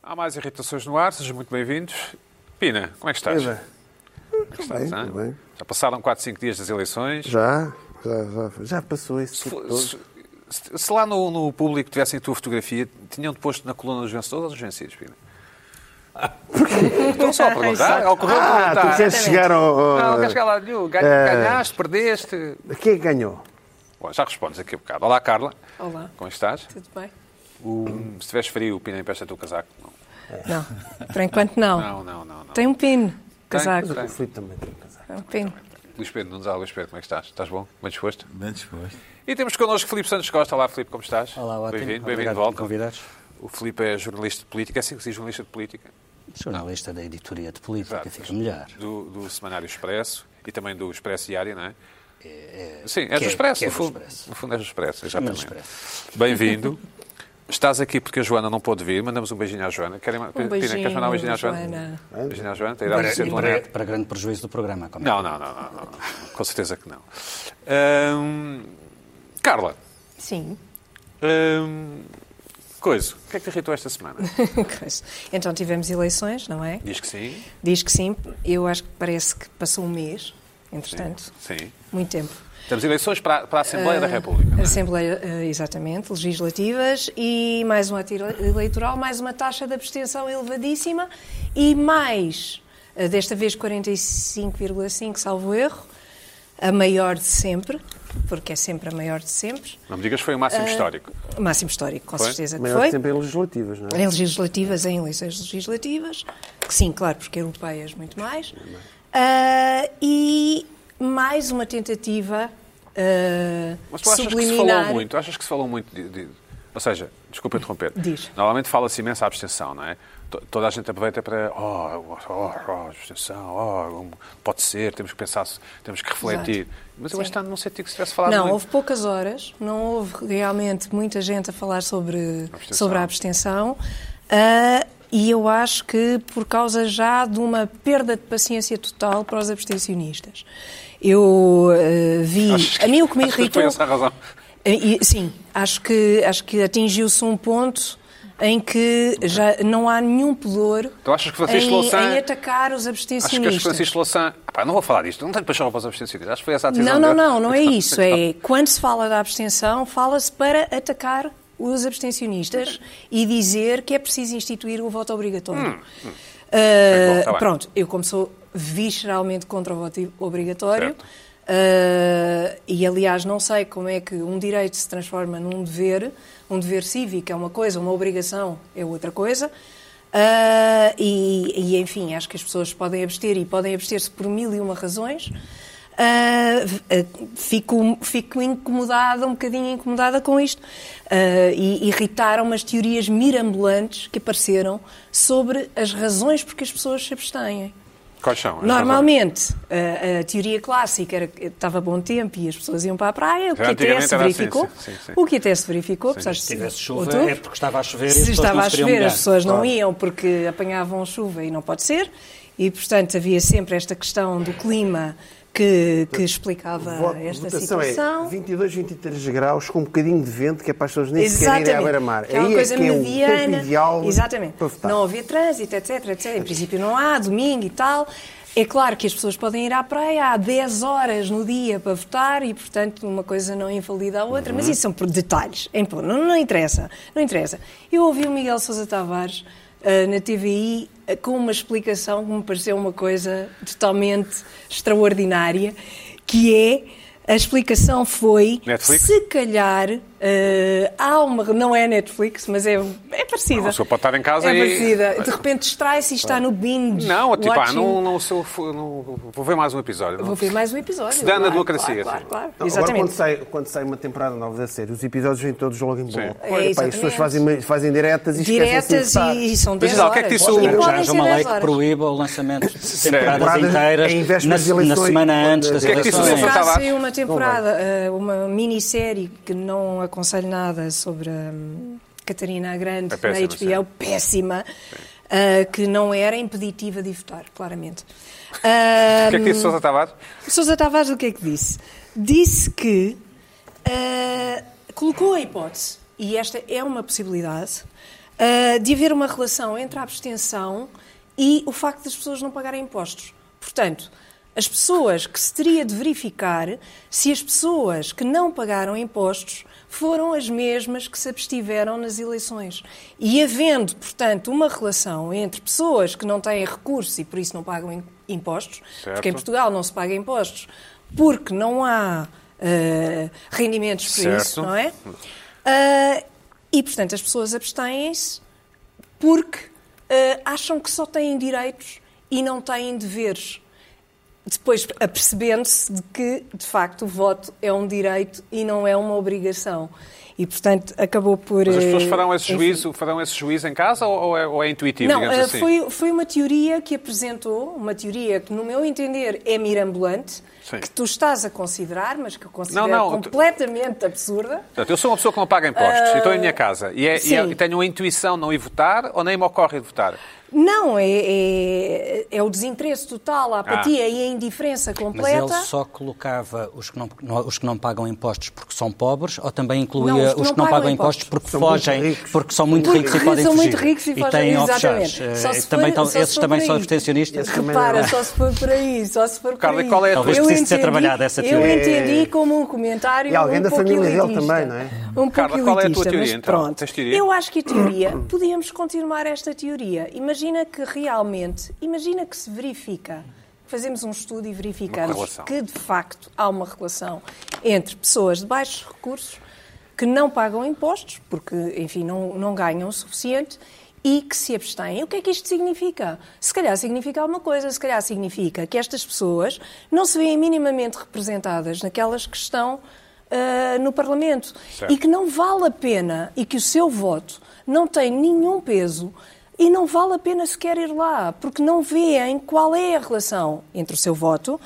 Há mais irritações no ar, sejam muito bem-vindos. Pina, como é que estás? Eva, Como é que estás, bem, hã? tudo bem. Já passaram 4, 5 dias das eleições. já, já, já, já passou esse tipo Se, tempo fo- todo. se- se- se lá no, no público tivessem a tua fotografia, tinham-te posto na coluna dos vencedores ou dos vencidos, Pina? Estou só É a perguntar. Ocorreu Ah, tu perguntar. queres chegar ao... Não, ao... não queres chegar lá nenhum. Ganha- eh, Ganhaste, perdeste. Quem é que ganhou? Bom, já respondes aqui a bocado. Olá, Carla. Olá. Como estás? Tudo bem? O- se tiveres frio, o Pina empresta o teu casaco. Não, É. Não, por enquanto não. não, não. não, não. Tem um pino, Mas casaco. Tem. o Filipe também tem um casaco. É um pino. Luís Pedro, não nos há Luís Pedro, como é que estás? Estás bom? Bem disposto? Bem disposto. E temos connosco Filipe Santos Costa. Olá, Filipe, como estás? Olá, ótimo. Bem-vindo, bem-vindo de Obrigado por volta. me convidares. O Filipe é jornalista de política, é assim que se diz jornalista de política, Jornalista é da editoria de política, Exato. fica melhor. do, do Semanário Expresso e também do Expresso Diário, não é? Sim, que é do é- Expresso, que é no do fundo. Expresso. No fundo é do Expresso, Chama-lhe exatamente. Bem-vindo. Estás aqui porque a Joana não pôde vir, mandamos um beijinho à Joana. Querem, Pina, beijinho, queres mandar um beijinho à Joana? Um Joana. Beijinho à Joana, tem idade de Para, ser e de um para, neto. para grande prejuízo do programa. como é? Não, não, não, não, não, não. com certeza que não. Ahm, Carla, Sim. ahm, coisa, o que é que te irritou esta semana? Coisa. então tivemos eleições, não é? Diz que sim. Diz que sim. Eu acho que parece que passou um mês, entretanto. Sim. Muito tempo. Temos eleições para, para a Assembleia Ah. da República. não é? Assembleia, eh, exatamente, legislativas e mais um ato ele- eleitoral, mais uma taxa de abstenção elevadíssima e mais, eh, desta vez 45,5, salvo erro, a maior de sempre, porque é sempre a maior de sempre. Não me digas que foi o Ah. máximo histórico. Máximo histórico, com Foi? certeza que Maior foi. tempo em legislativas, não é? Em legislativas, em eleições legislativas, que sim, claro, porque europeias é muito mais. Ah, e mais uma tentativa ah, Mas tu achas que se subliminar. falou muito? Achas que se falou muito de, de- Ou seja, desculpa interromper. Diz. Normalmente fala-se imensa abstenção, não é? To- Toda a gente aproveita para. Oh, oh, oh abstenção, oh, um- pode ser, temos que pensar, temos que refletir. Mas eu Sim. acho que não senti que se tivesse falado não, muito. houve poucas horas, não houve realmente muita gente a falar sobre, Abstenção. sobre a abstenção. ah, e eu acho que por causa já de uma perda de paciência total para os abstencionistas. Eu ah, vi. Achas que- A mim o que me achas que foi irritou. essa a razão? E- e- Sim, acho que, acho que atingiu-se um ponto em que já não há nenhum pudor Então achas que Francisco em, Louçã- em Acho atacar os que as abstencionistas. Francisco Louçã. Ah, pá, não vou falar disto, não tenho paixão para os abstencionistas. Acho que foi essa a decisão Não, não, dele. Então, não, não é isso. É quando se fala da abstenção, fala-se para atacar os abstencionistas e dizer que é preciso instituir o voto obrigatório. Ah, É Hum, bom, tá bem. pronto, eu como sou visceralmente contra o voto obrigatório, Certo. ah, e aliás não sei como é que um direito se transforma num dever, um dever cívico é uma coisa, uma obrigação é outra coisa, ah, e, e, enfim, acho que as pessoas podem abster e podem abster-se por mil e uma razões. Ah, v- ah, fico, fico incomodada, um bocadinho incomodada com isto. Ah, e irritaram umas teorias mirambulantes que apareceram sobre as razões porque as pessoas se abstêm. Quais são? as Normalmente, a, a teoria clássica era que estava bom tempo e as pessoas iam para a praia, o que até Antigamente se era assim, verificou. sim, sim, sim. O que até se verificou, apesar de Se tivesse chuva, outubro. é porque estava a chover e as Se pessoas estava não a se queriam chover, as molhar. pessoas não iam porque apanhavam chuva e não pode ser. E, portanto, havia sempre esta questão do clima que, que explicava Vo- esta votação situação. é 22, 23 graus com um bocadinho de vento que é para as pessoas nem sequer irem à beira-mar. Que é uma Aí coisa é que é o mediana. tempo ideal Exatamente. para votar. Não havia trânsito, etc, etc. Em princípio não há, domingo e tal. É claro que as pessoas podem ir à praia há 10 horas no dia para votar e, portanto, uma coisa não invalida a outra. Mas isso são por detalhes. Em pô- Não, não interessa. Não interessa. Eu ouvi o Miguel Sousa Tavares ah, na TVI ah, com uma explicação que me pareceu uma coisa totalmente extraordinária, que é, a explicação foi, Netflix? se calhar eh, há uma. Não é Netflix, mas é, é parecida. Não, a pessoa pode estar em casa é e- parecida. De repente distrai-se e está no binge. Não, tipo, ah, watching. não, não, se eu for- não- vou ver mais um episódio. não- Vou ver mais um episódio. Se dá na claro, democracia, Claro, sim. claro, claro. Não, Então, Agora, quando Exatamente. sai, quando sai uma temporada nova da série, os episódios vêm todos logo em bloco. É, Olha, pá, e as pessoas exatamente. fazem, fazem diretas e Diretas esquecem-se de votar. e, e são Mas, 10 Gisela, o horas. que é que disse o- E Já podem Já ser há uma 10 lei que horas. proiba o lançamento de Temporadas temporadas inteiras em vésperas de na, na eleições. semana antes das O que é que disse o eleições. Sr. Cá Tavares. saiu uma temporada, eh, uma minissérie que não aconselho nada sobre hum, Catarina a Grande É péssima, na HBO, péssima, eh, que não era impeditiva de votar, claramente. O que é que disse um. Sousa Tavares? Sousa Tavares o que é que disse? Disse que eh, ah, colocou a hipótese, e esta é uma possibilidade, ah, ah, de haver uma relação entre a abstenção e o facto das pessoas não pagarem impostos. Portanto, as pessoas que se teria de verificar se as pessoas que não pagaram impostos foram as mesmas que se abstiveram nas eleições. E havendo, portanto, uma relação entre pessoas que não têm recursos e por isso não pagam im- impostos, Certo. porque é em Portugal não se paga impostos, porque não há eh, rendimentos para Certo. isso, não é? Ah, e, portanto, as pessoas abstêm-se porque ah, acham que só têm direitos e não têm deveres. Depois apercebendo-se de que, de facto, o voto é um direito e não é uma obrigação. E, portanto, acabou por. Mas as pessoas eh, farão esse enfim. juízo, farão esse juízo em casa ou ou é, ou é intuitivo, Não, digamos eh, assim? foi, foi uma teoria que apresentou, uma teoria que, no meu entender, é mirambulante, Sim. que tu estás a considerar, mas que eu considero não, tu- completamente absurda. Portanto, eu sou uma pessoa que não paga impostos e estou em minha casa e, é- e Ah, sim. é- e tenho a intuição de não ir votar ou nem me ocorre ir votar. Não, é, é, é o desinteresse total, a Ah. apatia e a indiferença Mas completa. ele só colocava os que, não, não- os que não pagam impostos porque são pobres ou também incluía Não, os que não, pagam impostos porque São fogem, muito ricos. porque são muito Porque ricos e podem são fugir. muito ricos e É, fogem, têm exatamente. offshores. Só Eh, se também for- tão- só se esses for também por são aí. abstencionistas? Esse também Repara, não. é. só se for por aí, só se for por Carla, aí. qual é a é. Talvez eu precise ser entendi- trabalhada essa Eu teoria. entendi como um comentário E alguém um da pouco família dele elitista. também, não é? Um pouco Carla, qual é a tua elitista, teoria, mas então? pronto. Tens teoria? Eu acho que a teoria, podíamos continuar esta teoria. Imagina que realmente, imagina que se verifica, fazemos um estudo e Uma verificamos correlação. que de facto há uma relação entre pessoas de baixos recursos que não pagam impostos, porque, enfim, não, não ganham o suficiente e que se abstêm. O que é que isto significa? Se calhar significa alguma coisa, se calhar significa que estas pessoas não se veem minimamente representadas naquelas que estão ah, no Parlamento Certo. e que não vale a pena e que o seu voto não tem nenhum peso e não vale a pena sequer ir lá, porque não veem qual é a relação entre o seu voto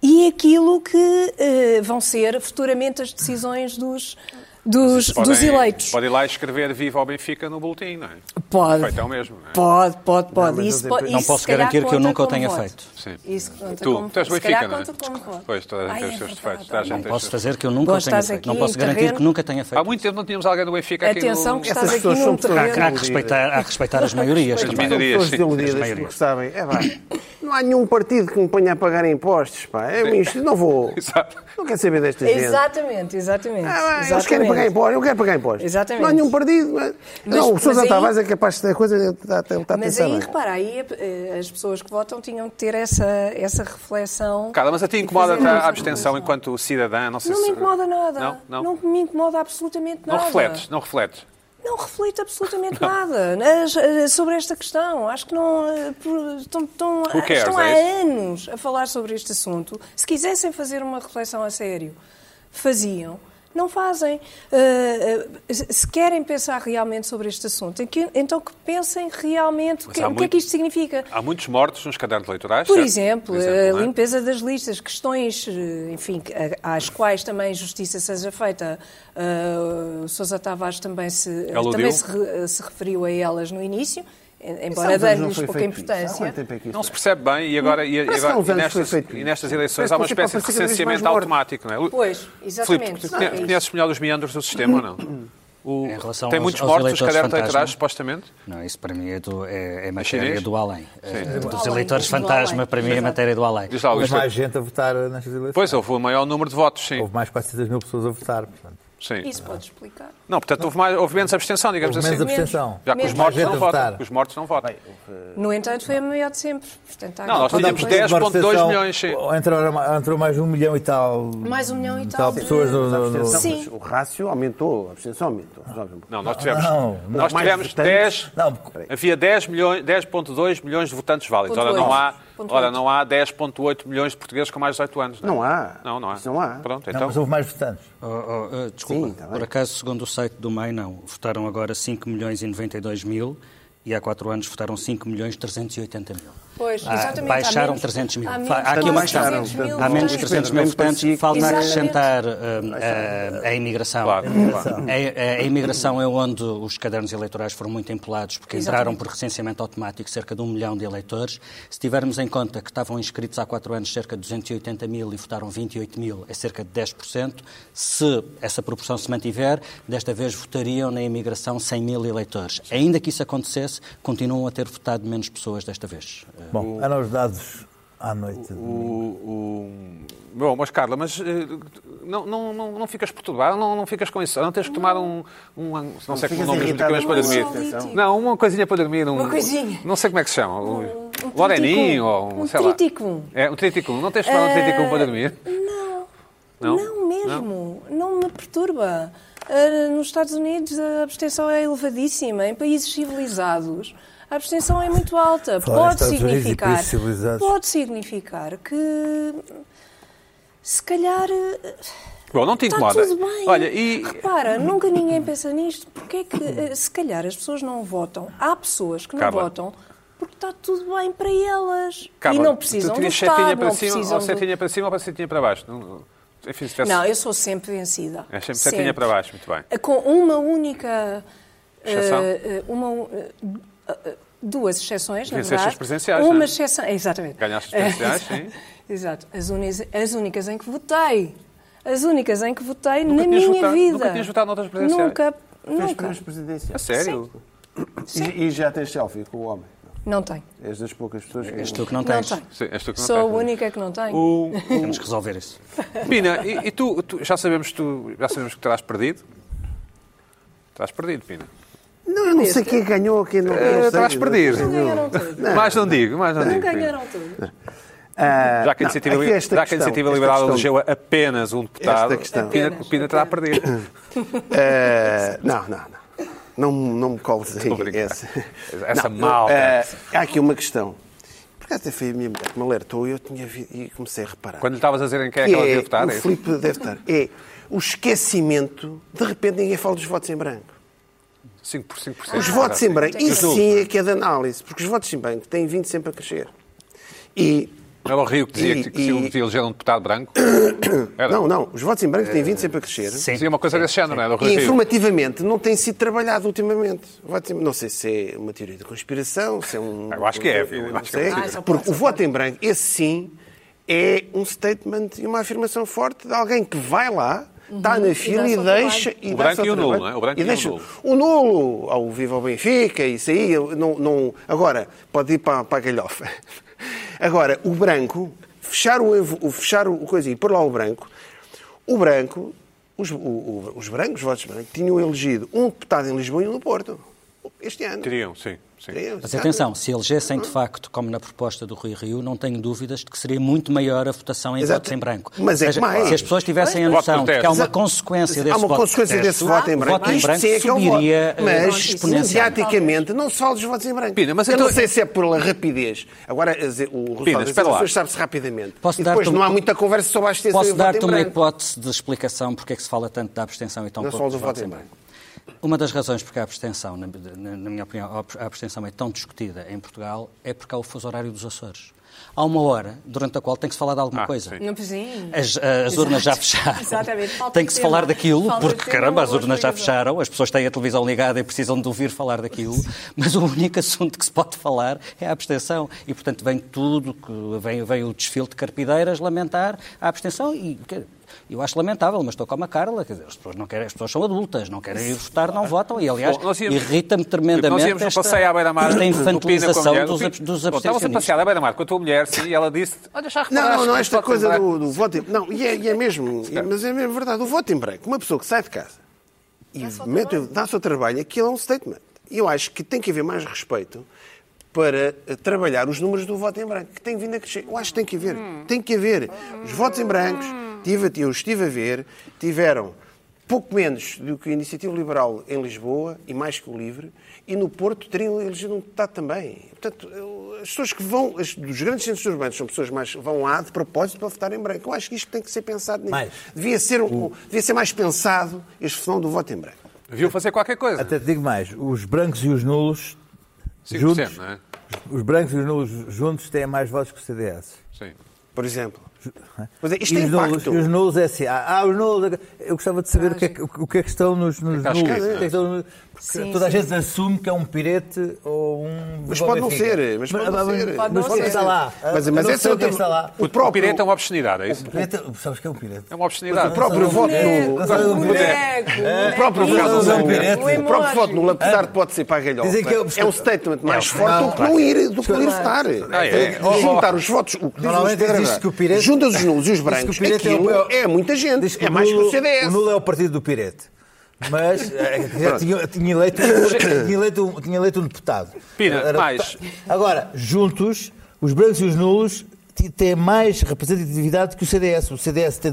e aquilo que eh, vão ser futuramente as decisões dos, dos, Podem- dos eleitos. Pode ir lá escrever Viva ao Benfica no boletim, não é? Pode. Feito é o mesmo, não é? Pode, pode, pode. mas Isso eu pode- sempre- Não isso posso se calhar garantir que eu conta nunca o como tenha voto. feito. Sim. Isso conta tu, como tu és voto. Se Benfica, calhar não é? conta como voto. Pois, toda a gente Ai, tem os é seus verdade, defeitos. toda a olha. gente Não tem os posso seus- fazer que eu nunca o Bom, tenha estás feito. aqui Não em posso garantir terreno. que nunca tenha feito. Há muito tempo não tínhamos alguém do Benfica aqui Atenção no... que estás aqui pessoas num são Há, terreno... há que respeitar, há que respeitar as maiorias. é? As também. São minorias, pessoas sim, desiludidas as porque maiorias. sabem. É, pá, não há nenhum partido que me ponha a pagar impostos. Pá. Eu isto não vou. Exato. Não quero saber desta gente. Exatamente, exatamente. Ah, exatamente. eles querem pagar impostos, eu quero pagar impostos. Exatamente. Não há nenhum partido. Mas... não, o mas Sousa aí- Tavares é capaz de ter coisa, tá, está, está, está a Mas pensar aí, bem. repara, aí eh, as pessoas que votam tinham que ter essa, essa reflexão. Carla, um, mas a ti e incomoda-te fazer a essa abstenção reflexão. enquanto cidadã? Não, sei Não me se- incomoda nada. Não, não. me incomoda absolutamente Não nada. refletes, não refletes. Não reflete absolutamente nada nas- eh, sobre esta questão. Acho que não. eh, por- Estão, estão- Who cares, estão há é isso? anos a falar sobre este assunto. Se quisessem fazer uma reflexão a sério, faziam. Não fazem. Eh, eh, se- se querem pensar realmente sobre este assunto, que- então que pensem realmente o que, há o que é muito- que isto significa. Há muitos mortos nos cadernos eleitorais, Por certo? exemplo, eh, Por exemplo, não a é? limpeza das listas, questões, eh, enfim, que- a- às quais também justiça seja feita. Ah, O Sousa Tavares também se, Aludiu. também se, re- se referiu a elas no início, em- Há embora uns anos não dando-lhes foi pouca feito isso. Há importância. quanto tempo é que isso Não é? se percebe bem e agora, e, e Parece que há agora uns e, anos foi nestas, feito e isso. nestas eleições Parece há uma que você espécie de pode ser cada vez mais recenseamento morto. automático, não é? Lu- Pois, Filipe, exatamente. tu Não, é conhe- isso. conheces melhor os meandros do sistema, não? O- Em relação tem aos- muitos aos mortos nos cadernos eleitores fantasma? eleitorais, supostamente? Não, isso para mim é, do, é, é matéria chinês? do além. É, Do dos além, eleitores do além. fantasma, para mim é Exato. matéria do além. Diz lá, Houve Luís. mais gente a votar nestas eleições. é- Pois, houve o maior número de votos, sim. Houve mais 400 mil pessoas a votar. Portanto, sim. Isso pode explicar. Não, portanto, houve, mais, houve menos abstenção, digamos Houve assim. menos abstenção. Já que os Menos mortos gente não a votam. votar. Os mortos não votam. No entanto, foi a maior de sempre. Portanto, há Não, nós aqui uma tínhamos coisa- 10. 10,2 milhões, sim. Entrou, entrou mais um milhão e tal. Mais um milhão e tal de- pessoas no, no, no, Abstenção, Sim. mas O rácio aumentou, a abstenção aumentou. Não, nós tivemos, não, não. nós Mais tivemos Então? votantes? 10, Não, havia 10 milhões, 10.2 milhões de votantes válidos. Ponto Ora, não oito. há, Ponto ora, oito. não há 10.8 milhões de portugueses com mais de 18 anos. Não há. Não, não há. Isso não há. Pronto, não, então. mas houve mais votantes. Oh, oh, eh, desculpa, Sim, tá bem. por acaso, segundo o site do MEI, não. Votaram agora 5 milhões e 92 mil e há quatro anos votaram 5 milhões 380 mil. Pois, Ah, exatamente. há Baixaram menos- 300 mil. há Fa- menos Há aqui quase uma questão. 300 mil Há menos de votantes. 300 mil Mesmo para si, votantes. Falta Exatamente. acrescentar hum, a, a imigração. Eh, Claro, claro. A, a imigração é onde os cadernos eleitorais foram muito empolados, porque entraram por recenseamento automático cerca de um milhão de eleitores. Se tivermos em conta que estavam inscritos há quatro anos cerca de 280 mil e votaram 28 mil, é cerca de 10%. Se essa proporção se mantiver, desta vez votariam na imigração 100 mil eleitores. Ainda que isso acontecesse, continuam a ter votado menos pessoas desta vez. Bom, eram os dados à noite. O, o- Bom, mas Carla, mas eh, não, não, não, não ficas perturbada, não, não ficas com isso, não tens que tomar um, um não, sei como ficas nome irritada. medicamentos para Um dormir. ansiolítico. Não, uma coisinha para dormir. Um, Uma coisinha. Não sei como é que se chama. Um, um Loreninho triticum. ou um, Um Eh, sei lá. triticum. É, um triticum. Não tens que tomar um triticum para dormir? Não? Não, não mesmo. Não, me perturba. Ah, nos Estados Unidos a abstenção é elevadíssima. Em países civilizados a abstenção é muito alta. Fora Pode Estados Unidos e significar, países civilizados. pode significar que se calhar eh, Bom, não te Está incomoda. tudo bem. Olha, e Repara, nunca ninguém pensa nisto. Porque é que, eh, se calhar, as pessoas não votam? Há pessoas que não Carla. votam porque está tudo bem para elas. Carla, e não precisam tu do tinhas setinha Estado, para não cima, precisam ou do- setinha para cima ou para setinha para baixo. Não- Não, enfim, se tivesse- Não, eu sou sempre vencida. Ah, É sempre setinha para baixo, muito bem. Com uma única... eh, Exceção? eh, uma, eh, eh, duas exceções, na Venceste as verdade. presenciais, Uma não é? exceção... Exatamente. É, Ganhaste as presenciais, sim. Exato. As, unis- as únicas em que votei. As únicas em que votei Nunca na tinhas minha votado- vida. nunca tinhas votado noutras presenciais? Nunca. Fez Nunca. primeiras A presidenciais. sério? E, e já tens selfie com o homem. Não tenho. És das poucas pessoas que. És tu que não Não tens. Uh, tenho. Sim, és tu que não Sou a tens, não é? única que não tenho. O- Temos que resolver isso. Pina, e, e tu, tu- já sabemos que tu já sabemos que terás perdido? Terás perdido, Pina. Não, eu não sei quem ganhou, quem não Eh, não sei. terás perdido. Não ganharam tudo. Mais não digo, mais não, Não digo. Pina. ganharam tudo. Ah, Já que a não, Iniciativa, aqui esta já que a questão, Iniciativa esta Liberal questão- elegeu apenas um deputado, Esta questão. o Pina, Apenas, o Pina terá perdido. É, Eh, não, não, não. Não, não me coles aí a brincar. essa. Essa malta. eh, há aqui uma questão. Por acaso até foi a minha mulher que me alertou e eu tinha vi- e comecei a reparar. Quando lhe estavas a dizer em quem é Que que ela devia é, votar, o é isso? Filipe deve estar. É o esquecimento, de repente ninguém fala dos votos em branco. 5 por 5%. Os votos em branco, Ah, Eu isso julgo. sim é que é de análise, porque os votos em branco têm vindo sempre a crescer. E Não era o Rio que dizia E- que, que se e- devia eleger um deputado branco? Era. É, não, não, os votos em branco têm vindo sempre a crescer. Dizia uma coisa desse género, não era o Rui E Rio? informativamente não tem sido trabalhado ultimamente. Voto em- Não sei se é uma teoria de conspiração, se é um. Eu acho que é, eu- filho, eu eu não acho que é sei. uma teoria de Porque o voto em branco, esse sim, é um statement e uma afirmação forte de alguém que vai lá, está na fila Uhum. dá-se e ao deixa. O dá-se branco ao e o nulo, trabalho. não é? O branco e o deixa- nulo. O nulo, ao Viva ao Benfica, isso aí, eu não, não- Agora, pode ir para, para a galhofa. Agora, o branco, fechar o, envo- o- fechar o coisa e pôr lá o branco, o branco, os, o- o- os brancos, os votos brancos, tinham elegido um deputado em Lisboa e um no Porto. Este ano. Teriam, sim. sim. Mas atenção, se elegessem de facto, como na proposta do Rui Rio, não tenho dúvidas de que seria muito maior a votação em Exato. votos em branco. Mas é Ou que mais. Se as pessoas tivessem a Voto por noção de que há uma Exato. consequência desse Há uma voto consequência protesto, desse voto em branco. O voto em Isto branco sim é que é um subiria eh, voto. Mas, exponencialmente. mediaticamente, não se fala dos votos em branco. Pina, mas eu então- não sei se é pela rapidez. Agora, quer dizer, o Pina, resultado das espera lá. eleições sabe-se rapidamente. Posso e depois dar-te um- não há muita conversa sobre a abstenção e Posso o voto dar-te um em uma branco. hipótese de explicação porque é que se fala tanto da abstenção e tão Não se fala pouco do dos voto votos em em branco. Uma das razões porque a abstenção, na, na- na minha opinião, a abstenção é tão discutida em Portugal é porque há o fuso horário dos Açores. Há uma hora durante a qual tem que se falar de alguma Ah, coisa. sim. Não sim. As, as urnas já fecharam. Exatamente. Falta Tem que se de tema. falar daquilo, Falta de porque tema, caramba, as boa urnas já explicação. fecharam, as pessoas têm a televisão ligada e precisam de ouvir falar daquilo, mas o único assunto que se pode falar é a abstenção. E, portanto, vem tudo, que- vem, vem o desfile de carpideiras lamentar a abstenção e. quer- Eu acho lamentável, mas estou com a Carla, quer dizer, as pessoas, não querem, as pessoas são adultas, não querem ir votar, não votam, e aliás, Bom, nós íamos- irrita-me Nós tremendamente íamos esta, passear à beira-mar. esta o Pina com a infantilização mulher. dos, O ab- Pina- dos Bom, Estavas a abstencionistas. passear à beira-mar com a tua mulher, sim, e ela disse: Olha, já Não, reparaste não, não, que esta voto em coisa branco?" do, do voto em Não, e é, e é mesmo. Mas é mesmo verdade. O voto em branco, uma pessoa que sai de casa e mete- dá-se ao trabalho, aquilo é um statement. E eu acho que tem que haver mais respeito para eh, trabalhar os números do voto em branco, que tem vindo a crescer. Eu acho que tem que haver. Tem que haver. Os votos em brancos, tive, eu estive a ver, tiveram pouco menos do que a Iniciativa Liberal em Lisboa e mais que o Livre, e no Porto teriam elegido um deputado também. Portanto, eu- as pessoas que vão, as, dos grandes centros urbanos, são pessoas mais vão lá de propósito para votar em branco. Eu acho que isto tem que ser pensado nisso. Mais. Devia ser, um- devia ser mais pensado este fenómeno do voto em branco. Viu fazer qualquer coisa. Até te digo mais, os brancos e os nulos juntos, 5%, não é? os brancos e os nulos juntos têm mais votos que o CDS. Sim. por exemplo. Pois é, isto E tem os nulos, impacto. e os nulos é assim. Ah, ah, os nulos. Eu gostava de saber o que, é, que- o que é que estão nos, nos está nulos. escrito, o que é que estão nos- porque Sim, toda a sim. gente assume que é um pirete ou um. Mas pode não Benfica. ser, mas pode não ser. Mas, Pode mas não quem ser. está lá? Mas- Eu mas não esse sei é o que outro- está lá. O, próprio... pireta é uma obscenidade, é isso? Pirete, sabes o que é um pirete? É uma obscenidade. O próprio Não sei voto o no- boneco, não sei É, O o boneco. boneco, O próprio Não, voto não, não, no pirete. O É, próprio voto no apesar de Ah. pode ser para a galhofa, é Dizem que é o- é um statement mais É, forte do que não ir, do que não ir votar. Ah, é. Tem que Juntar os votos, o que diz o Normalmente Pedro diz-se Andrade, que o Pirete- juntas os nulos e os Diz que o brancos, Pirete é o- aquilo é muita Diz gente, que é mais que nulo- o CDS. O nulo é o partido do Pirete. Mas eh, já tinha, tinha eleito, tinha, eleito um, tinha eleito um deputado. Pina, mais. deputado. Agora, juntos, os brancos e os nulos ti- têm mais representatividade que o CDS. O CDS tem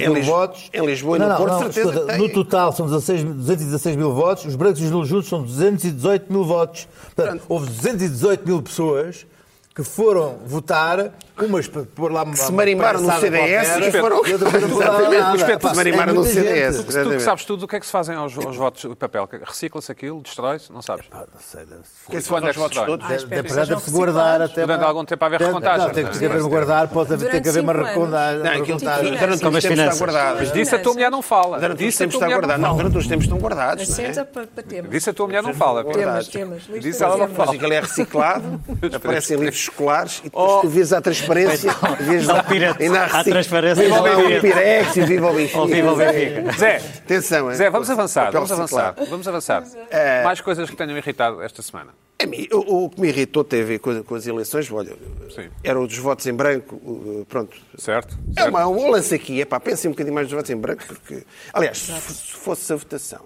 Em mil Lisbo- votos. em Lisboa e no Porto, certeza que tem. no total são 16 216 mil votos. Os brancos e os nulos juntos são 218 mil votos. Portanto, houve 218 mil pessoas que foram votar, umas para pôr lá uma se marimbaram no palhaçada CDS qualquer, e foram- e outras para não pôr lá Exatamente, nada. os petos Pá, se marimbaram é no muita gente. CDS. Tu que sabes tudo, o que é que se fazem aos, aos votos de papel? Recicla-se aquilo, destrói-se? Não sabes? Pá, não sei, não sei. Quem se vota Quando é que nos se votos dói? todos? Ah, espero que Apesar de sejam se guardar reciclados. até. Durante algum tempo haver Deve- recontagem, Não, tem que não é? haver guardar, pode haver- tem Durante que haver uma cinco anos. recontagem. Não, aquilo está durante Sim, sim. os tempos está Finanças. guardado. Mas disse a tua mulher não fala. Durante os é Disse a tua tempos está mulher não guardado. Não, fala. durante os tempos estão guardados, não é? Acerta para, para temas. Disse a tua mulher não fala. Pedro. Temas, temas. Luís, Disse temas. ela não Mas fala. aquilo é reciclado, aparecem livros escolares e depois Oh. tu vês a transparência, vês Dá lá, o pirete. ainda Então, Há transparência, vês dá o lá um pirete. pirex e viva o Benfica. Ou viva o Benfica. Zé, Atenção, é? Zé, vamos avançar, Papel vamos avançar, reciclado. vamos avançar. É. Mais coisas que tenham irritado esta semana. A mim, É, o, o que me irritou tem a ver com, com as eleições, olha, Sim. era o dos votos em branco, o- pronto. Certo? É Certo? uma, o lance aqui, é pá, pensem um bocadinho mais dos votos em branco, porque, aliás, se f- se fosse a votação,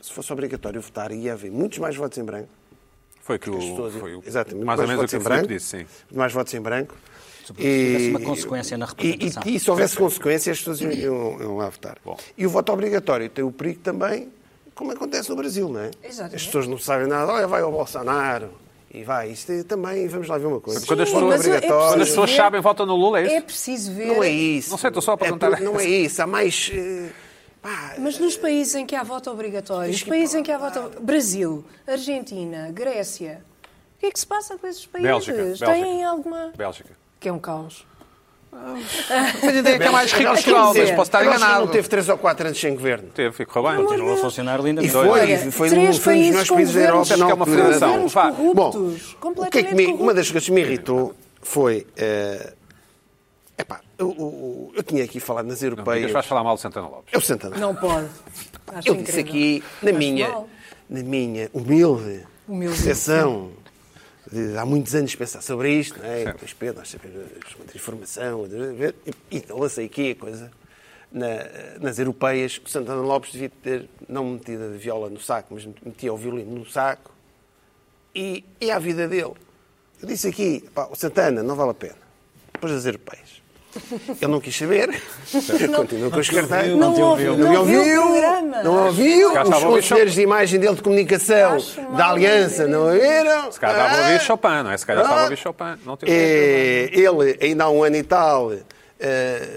se fosse obrigatório votar, ia haver muitos mais votos em branco. Foi que o, As pessoas- foi o- exatamente, mais ou menos o votos que o em Filipe branco, disse, sim. mais votos em branco. Sobretudo se tivesse uma consequência na representação. E, e, e se houvesse consequência, as pessoas iam, iam- iam lá votar. E o voto obrigatório tem o perigo também, como acontece no Brasil, não é? Exatamente. As pessoas não sabem nada, olha, vai ao Bolsonaro e vai. Isto é- também, vamos lá ver uma coisa. Quando as Sim, pessoas- voto mas é obrigatório- Quando as pessoas Sim. sabem, votam no Lula, é É isso? preciso ver. Não é isso. Não sei, estou só a É perguntar. tudo- não é isso, há mais. eh, pá, Mas nos países em que há voto obrigatório, os países em que há voto Brasil, Argentina, Grécia, o que é que se passa com esses países? Bélgica, Bélgica. Têm alguma. Bélgica. Que é um caos. Mas ainda é que é mais rico Agora, quer Portugal, mas dizer, posso estar agora se enganado. Não teve 3 ou 4 anos sem governo. Teve, e correu bem. Continua a funcionar lindamente. E foi, Olha, foi, três um, foi um dos países melhores países da com governos- Acho Europa. que é uma na altura. federação. Governos vá. corruptos. Bom, o completamente que é que me- corruptos. uma das coisas que me irritou foi. eh, epá, eu, eu- eu tinha aqui falado nas Não digas, europeias. É vais falar mal do Santana Lopes. eu Santana. Não pode. Acho eu disse incrível. aqui, na Acho minha, mal. na minha humilde, Humilde. percepção, de há muitos anos pensar sobre isto, não é? Certo. Pois, Pedro, nós sabemos muita informação, e, e lancei aqui a coisa. Na- nas europeias, o Santana Lopes devia ter não metido a viola no saco, mas metia o violino no saco e, e à vida dele. Eu disse aqui, pá, o Santana não vale a pena. Depois das europeias. Ele não quis saber, continua com os cartazes. Não ouviu, não ouviu o programa. Não ouviu. calhar Os estava a ouvir conselheiros de imagem dele de comunicação Acho mal, da Aliança meu não ouviram. Se calhar estava a ouvir Chopin, não é? Se calhar estava a ouvir Chopin. Não teve Eh, Ele, ainda há um ano e tal, eh,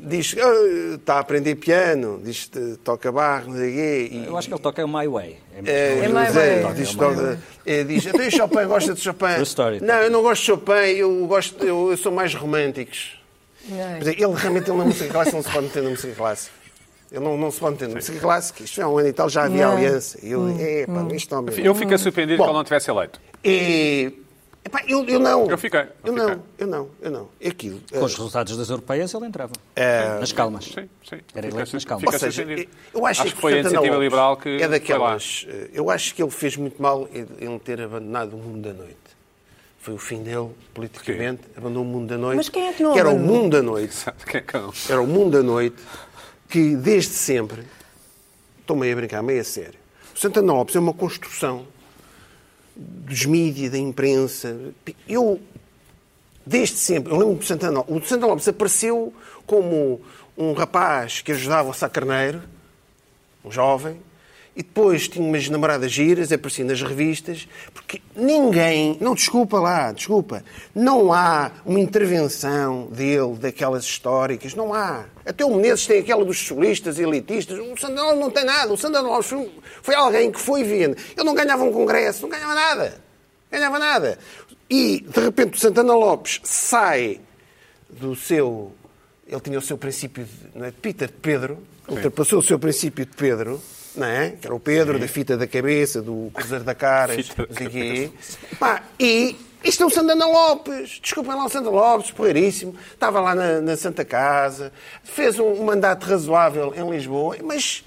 diz que ah, está a aprender piano, diz que toca barro, não sei o quê. e- Eu acho que ele toca o My Way. É mesmo. eh, É mais José, bem. diz, toda- eh, diz, até o Chopin gosta de Chopin. True story. Não, eu não gosto de Chopin, eu, gosto, eu, eu sou mais românticos. Não é? Quer dizer, Ele realmente ele na música clássica não se pode meter na música clássica. Ele não, não se pode meter na música clássica. Isto é um ano e tal, já havia Não. Hum, aliança. E eu, epá, isto não é Eu fiquei surpreendido Bom. que ele não tivesse eleito. E, epá, eu, eu não. Eu fiquei, Eu, eu não, fiquei. eu não, eu não. Aquilo. Com eh, os resultados das europeias ele entrava. É. Nas calmas. Sim, sim. Era Fiquei eleito, mas calma. fiquei Ou seja, surpreendido. eu acho, acho que que foi a Santana iniciativa Lopes liberal que é foi lá. daquelas. Eu acho que ele fez muito mal em em ter abandonado o mundo da noite. Foi o fim dele, politicamente, abandonou o mundo da noite. Mas quem é que não era o abandonou? mundo da noite. Sabe quem é que não? Era o mundo da noite que, desde sempre, estou meio a brincar, meio a sério. O Santana Lopes é uma construção dos mídias, da imprensa. Eu, desde sempre, eu lembro-me do Santana Lopes. O Santana Lopes apareceu como um rapaz que ajudava o Sacarneiro, um jovem, e depois tinha umas namoradas giras, aparecia nas revistas, porque ninguém, não desculpa lá, desculpa, não há uma intervenção dele, daquelas históricas, não há. Até o Menezes tem aquela dos solistas, elitistas, o Santana Lopes não tem nada, o Santana Lopes foi, foi alguém que foi vendo. Ele não um ganhava um congresso, não ganhava nada. Ganhava nada. E, de repente, o Santana Lopes sai do seu. Ele tinha o seu princípio de, não é, de Peter, de Pedro. Ultrapassou o seu princípio de Pedro, não é? Que era o Pedro, da fita da cabeça, do cruzar da cara, Fita da não sei o quê. Pá, e isto é um Santana Lopes. Desculpem lá o Santana Lopes, porreiríssimo. Estava lá na, na Santa Casa. Fez um, um mandato razoável em Lisboa, mas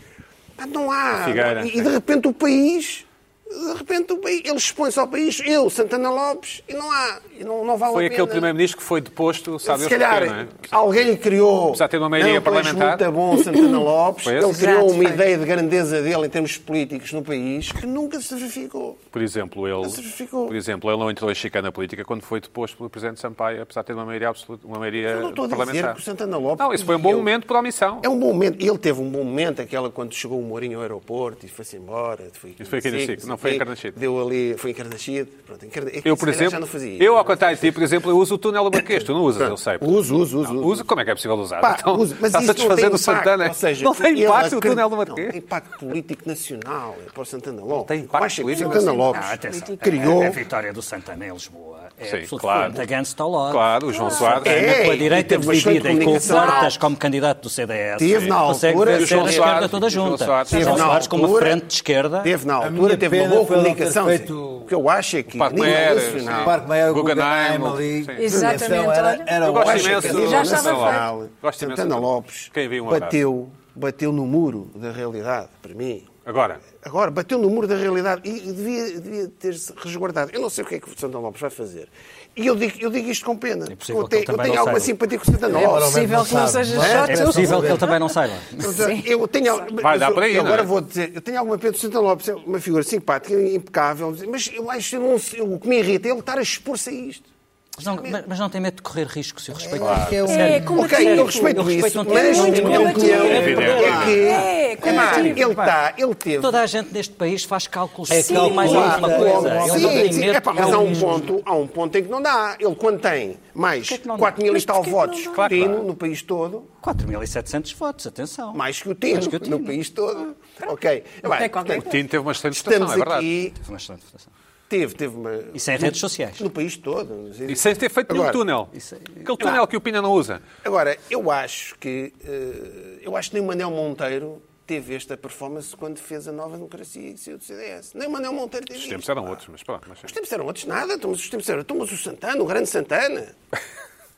pá, não há. Figueira. E, e de repente o país. De repente o país, ele expõe-se ao país, eu, Santana Lopes, e não há, e não, não vale Foi a pena. aquele primeiro-ministro que foi deposto, sabe Se Deus calhar porquê, não é? alguém lhe criou. Apesar de ter uma maioria "Não, tu és parlamentar." muito bom, Santana Lopes. Foi Ele esse? criou Exato, uma foi. ideia de grandeza dele em termos políticos no país que nunca se verificou. Por exemplo, Esse ele, ficou. por exemplo, ele não entrou em chicana política quando foi deposto pelo Presidente Sampaio, apesar de ter uma maioria absoluta, uma maioria Eu não estou a dizer parlamentar. que o Santana Lopes Não, isso foi um bom pediu. momento por omissão. É um bom momento. Ele teve um bom momento, aquela quando chegou o Mourinho ao aeroporto e foi-se embora. Foi Isso foi aqui no Chico, não foi em Carnaxide. Deu ali, foi em Carnaxide. Pronto, em Carna- é que Eu, se por calhar exemplo, já não fazia isso. eu ao contrário de ti, por exemplo, eu uso o túnel do Marquês. Tu não usas, eu sei. Uso, uso, uso. uso. Usa, como é que é possível usar? Pá, Então, usa, mas Está-se isso a desfazer não do tem impacto, Santana. ou seja, não tem ele impacto o acredita- túnel do Não, Marquês. tem impacto político nacional, é para o Santana Lopes. tem impacto Eu acho que político o Santana nacional. Lopes Ah, atenção, a- criou... A, vitória do Santana em Lisboa é Sim, absolutamente claro. against all odds. Claro, o João Soares. Santana É, com a e direita teve uma excelente dividida e com o comunicação. Portas como candidato do CDS. Teve na consegue altura- vencer E o João a esquerda Soares, e toda o João junta. Soares. O João Teve na Soares com uma altura- frente de esquerda. Teve na A altura, minha teve uma pena boa foi ele não ter comunicação. feito- sim. O que eu acho é que Paco nível Maia, nacional, sim. O Parque Maior, o Guggenheim, Guggenheim ali. sim. Exatamente, Exatamente. Era, olha. era um Eu gosto ótimo. imenso Santana do- Já Lopes, estava Santana feito. Gosto imenso Santana do- Lopes Quem viu um abraço. bateu, bateu no muro da realidade, para mim. Agora, Agora, bateu no muro da realidade e e devia, devia ter-se resguardado. Eu não sei o que é que o Santana Lopes vai fazer. E eu digo, eu digo isto com pena. porque É possível eu que ele tenho, eu também tenho não alguma saiba. simpatia com o Santana É Lopes. possível que não seja não é? só É Sim. tu. possível que ele também não saiba. Sim. Eu tenho, al- Vai dar mas eu- para aí, eu não agora é? vou dizer, eu tenho alguma pena do Santana Lopes, é uma figura simpática, impecável, mas eu acho, eu não sei- o que me irrita é ele estar a expor-se a isto. Mas não, mas- mas não tem medo de correr risco se o respeito. que é um- É, como Ok, é eu que- respeito, Eu respeito, isso, não tenho mas muito a minha combativo. opinião É é que É, Epá, combativo. ele está, ele teve. Toda a gente neste país faz cálculos É de mais calculado, alguma é coisa. calculado. Ele Sim, não tem sim, medo epá, de mas há um, calculismo. ponto, há um ponto em que não dá. Ele, quando tem mais Porquê que não dá? 4 mil e Mas tal porquê que não votos dá? que Claro que Tino dá. no país todo, 4.700 votos, atenção. mais que o Tino, Mais que o Tino. Ah, no país todo. Ok. Bem, é qualquer o Tino teve uma excelente votação, estamos é verdade. aqui. Foi uma excelente votação. Teve, teve uma. Isso é em redes sociais. No país todo. E sem ter feito nenhum Agora, túnel. isso é- Aquele túnel que o Pina não usa. Agora, eu acho que. eh, eu acho que nem o Manel Monteiro teve esta performance quando fez a nova democracia e saiu do CDS. Nem o Manel Monteiro teve Os isto, tempos eram pá. outros, mas pronto. Mas... Os tempos eram outros, nada. Então, mas Os tempos eram. então, mas o Santana, o grande Santana.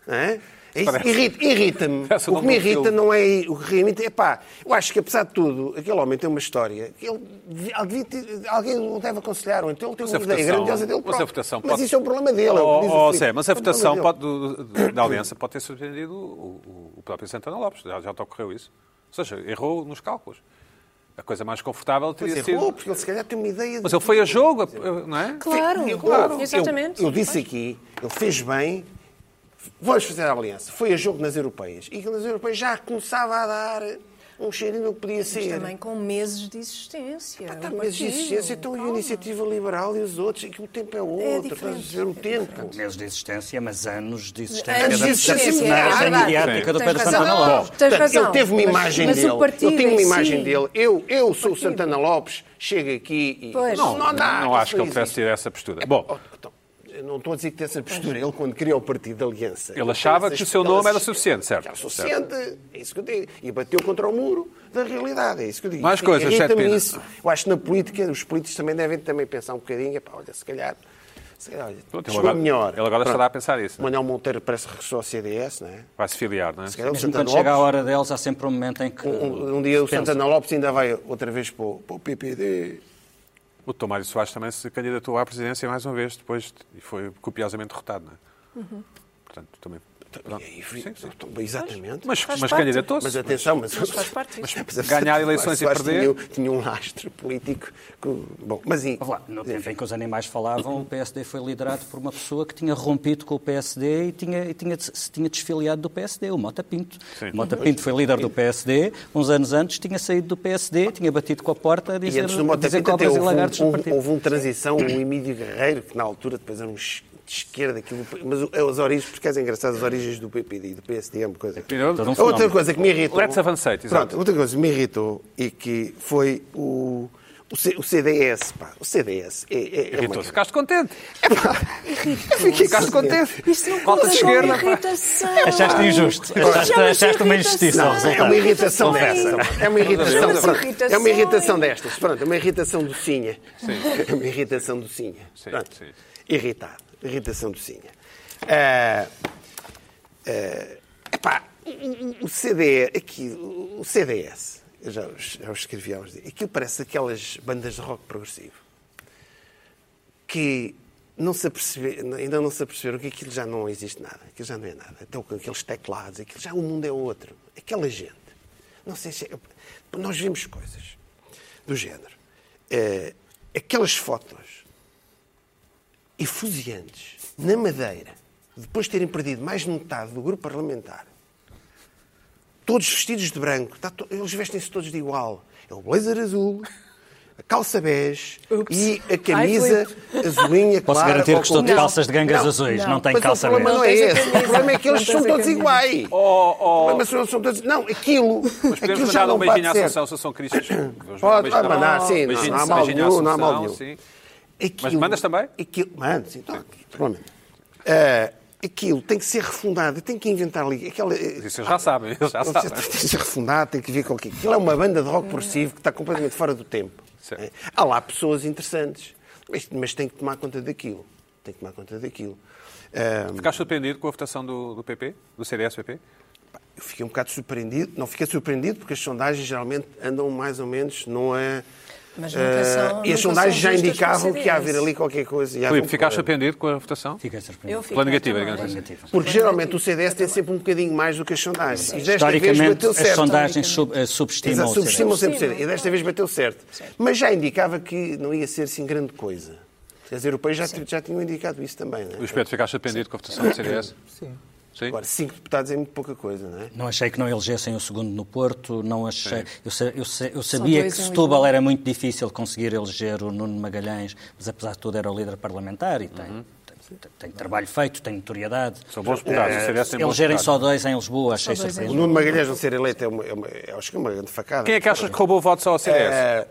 Não é? É isso. Parece- Irrita- Irrita-me. Parece o o que me nome do irrita filme. não é. O que me irrita é pá. Eu acho que, apesar de tudo, aquele homem tem uma história. que Ele, devia- devia ter- alguém o deve aconselhar, ou então ele tem Mas a uma ideia votação- grandiosa dele mas a próprio. votação Mas pode- isso é um problema dele. é o que diz Oh, o oh, Filipe. Zé, mas a É um problema votação dele. pode- do- do- da audiência pode ter surpreendido o, o- o próprio Santana Lopes. Já, já te ocorreu isso. Ou seja, errou nos cálculos. A coisa mais confortável teria Mas sido... errou, é, porque ele se calhar tem uma ideia. de- Mas ele foi a jogo, não é? Claro, Eu- claro, eu- exatamente. Eu, disse aqui, ele fez bem, vamos fazer a aliança. Foi a jogo nas europeias. E que nas europeias já começava a dar um cheirinho do que podia Mas ser. Também com meses de existência. Pá, tá, o mas a partido, existência, então e a calma. iniciativa liberal e os outros, e que o tempo é outro, diferente. estás a dizer o tempo. Meses de existência, mas anos de existência. Anos da de existência, personagem é verdade. mediática do Tens Pedro razão. Santana Lopes. Tens Portanto, razão. Ele teve uma Mas- imagem mas o dele. partido eu tenho uma em imagem si- dele. Eu, eu sou o Santana Lopes, chego aqui e. Pois. Não, não dá. Não acho que ele isso não pudesse ter essa postura. Bom, Oh, então, eu não estou a dizer que tem essa postura. Ele, quando criou o Partido da Aliança... Ele achava tinha que o essas- seu nome aquelas- era suficiente, certo? Era suficiente, é isso que eu digo. E bateu contra o muro da realidade, é isso que eu digo. Mais E coisas, Sete irrita-me Pina. isso. Eu acho que na política os políticos também devem também pensar um bocadinho, epá, olha, se calhar... Se calhar olha, Pronto, ele chegou agora- a minha hora. ele agora estará Pronto. a pensar isso, O não é? Manuel Monteiro parece que regressou ao CDS, não é? vai-se filiar, não é? Se calhar o Mesmo Santana quando chega a Lopes- hora deles, há sempre um momento em que. então um, um dia o pensa. Santana Lopes ainda vai outra vez para o, para o PPD. O Tomário Soares também se candidatou à presidência mais uma vez depois de- e foi copiosamente derrotado, não é? Portanto, também... Uhum. Então, E aí, Exatamente. Mas, Faz mas parte. candidatou-se. Mas é- atenção, mas, faz parte disso. apesar de- ganhar eleições e eu acho que perder- Tinha, um- tinha um lastro político. que- bom, mas e, Vamos lá, No tempo em que os animais falavam, o PSD foi liderado por uma pessoa que tinha rompido com o PSD e tinha, e tinha, se tinha desfiliado do PSD, o Mota Pinto. Sim. O Mota Pinto foi líder do PSD, uns anos antes tinha saído do PSD, tinha batido com a porta a e dizer, antes do Mota dizer Pinto até cobras e houve, um, lagartos no houve, partido. houve uma transição, o Emílio Guerreiro, que na altura depois era um es- de esquerda, aquilo, mas o- é as origens, porque é engraçado, as origens do PPD e do PSD é uma coisa. Então, um A outra coisa que me irritou. Let's avance it, exato. Pronto, outra coisa que me irritou e que foi o, O, C- o CDS, pá, o CDS é. é, é Irritou. uma- Ficaste contente. Eu fiquei Ficaste contente. Isto não Falta de conta como esquerda, pá. um irritação. Achaste injusto. Achaste, Chama-se achaste uma injustiça. então. irritação. ao Não, é resultado. uma irritação Confessa. dessa. É uma irritação, Chama-se pronto. irritações. É uma irritação destas. Pronto, é uma irritação docinha. É uma irritação docinha. Sim, Pronto. sim. Irritado. Irritação docinha. É, é, epá, o- o CDE, aqui, o o CDS, eu já, os- já os escrevi há uns dias, aquilo parece aquelas bandas de rock progressivo que não se apercebe- ainda não se aperceberam que aquilo já não existe nada, aquilo já não é nada. Então, com aqueles teclados, aquilo já o mundo é outro. Aquela gente. Não sei se. é- Nós vimos coisas do género. Eh, aquelas fotos efusiantes na Madeira, depois de terem perdido mais de metade do grupo parlamentar, todos vestidos de branco, tá to- eles vestem-se todos de igual. É o blazer azul, a calça bege Ups. e a camisa azulinha Posso clara. garantir ou que estou de com- calças de gangas Não, azuis, não, não. tenho mas calça o problema verde. não é Não tens a esse. O camisa. problema é que eles Não são tens a todos camisa. iguais. Oh, oh. Mas não são todos. Não, aquilo. Mas podemos aquilo já mandar não um beijinho à pode ser. Associação São Cristas. Vamos Pode, um beijinho vai à- mandar, sim, beijinho- não, não há mal beijinho à nenhum, não há mal Associação, nenhum. sim. Aquilo, Mas mandas também? Aquilo, mando, sim, então, provavelmente. Ah, aquilo tem que ser refundado, tem que inventar ali. Aquela, Isso eles já sabem, eles já Não sei, sabem. Tem que ser refundado, tem que ver com o quê. Aquilo é uma banda de rock progressivo que está completamente fora do tempo. Certo. É. Há lá pessoas interessantes, mas, mas tem que tomar conta daquilo. Tem que tomar conta daquilo. Ah, Ficaste surpreendido com a votação do, do PP? Do CDS-PP? eu fiquei um bocado surpreendido. Não fiquei surpreendido porque as sondagens geralmente andam mais ou menos, não é? Mas nunca são- Ah, e nunca as sondagens são já justas indicavam para que ia CDS. haver ali qualquer coisa. ia haver Filipe, um ficaste problema. surpreendido com a votação? Fiquei Eu surpreendido. fiquei Pela negativa, também. digamos assim. Negativa. Porque é geralmente o CDS tem sempre um bocadinho mais do que as sondagens. E desta vez Historicamente, bateu as certo. sondagens sub- eh, subestimam Exato, o CDS. subestimam sempre o CDS. E desta vez bateu certo. Mas já indicava que não ia ser assim grande coisa. As europeias já, já tinham indicado isso também, não é? Luís Pedro, ficaste surpreendido com a votação do CDS? Sim. Sim? Agora, cinco deputados é muito pouca coisa, não é? Não achei que não elegessem o segundo no Porto, não achei. Eu, sa- eu sa- eu Só sabia que dois em um Setúbal Lisboa. era muito difícil conseguir eleger o Nuno Magalhães, mas apesar de tudo era o líder parlamentar e tem, Uhum. tem- tem- tem trabalho feito, tem notoriedade. São bons é, deputados, o CDS tem bons Elegerem deputados. só dois em Lisboa, achei dois em O surpreendente. Nuno Magalhães não ser eleito é, uma, é, uma, é, acho que é uma grande facada. Quem é que achas que roubou votos ao CDS? Eh,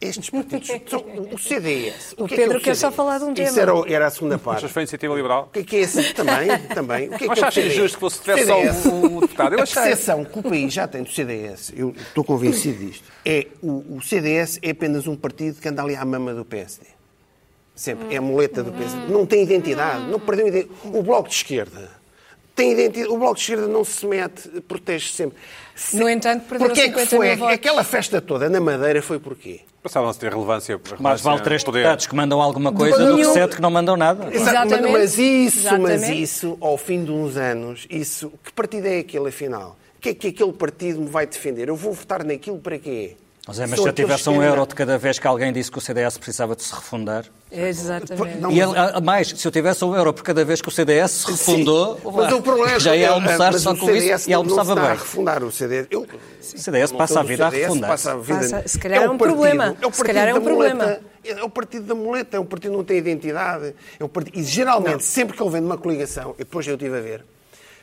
estes partidos. são- o CDS. O, que é que é Pedro o quer só CDS? falar de um Isso tema. era, o- era a segunda parte. Achas que foi a iniciativa liberal? O que é que é esse? Também, também. O que é Mas que é o achas CDS? injusto que fosse tivesse só CDS. um- um deputado? Eu a achei. percepção que o país já tem do CDS, eu estou convencido disto, é o, o CDS é apenas um partido que anda ali à mama do PSD. Sempre. É a muleta do PSD. Não tem identidade. Não perdeu identidade. O Bloco de Esquerda tem identidade. O Bloco de Esquerda não se mete, protege sempre. Se- No entanto, perderam Porquê é que 50 mil foi? votos. Aquela festa toda na Madeira foi porquê? Passaram-se a ter relevância. Mais relevância vale três no poder. deputados que mandam alguma coisa do que Nenhum. sete que não mandam nada. Exato, Exatamente. Mas isso, mas Exatamente. isso, ao fim de uns anos, isso, que partido é aquele afinal? O que é que aquele partido me vai defender? Eu vou votar naquilo para quê? Mas, é, mas Sou se eu aqueles tivesse um que- euro de cada vez que alguém disse que o CDS precisava de se refundar. É, Exatamente. Não, e mas- ele- a- a mais, se eu tivesse um euro por cada vez que o CDS se refundou, Sim, mas vá, o problema é já que ia ele- almoçar mas só o com CDS isso e almoçava não se dá bem. a refundar o CDS. Eu- O CDS não passa a sou do vida a CDS, refundar. passa a vida- Passa- se calhar é um partido- problema. o Se calhar partido é um da muleta. problema. É o partido da muleta, é um partido que não tem identidade. É um partido... E geralmente, sempre que ele vem de uma coligação, e depois eu estive a ver,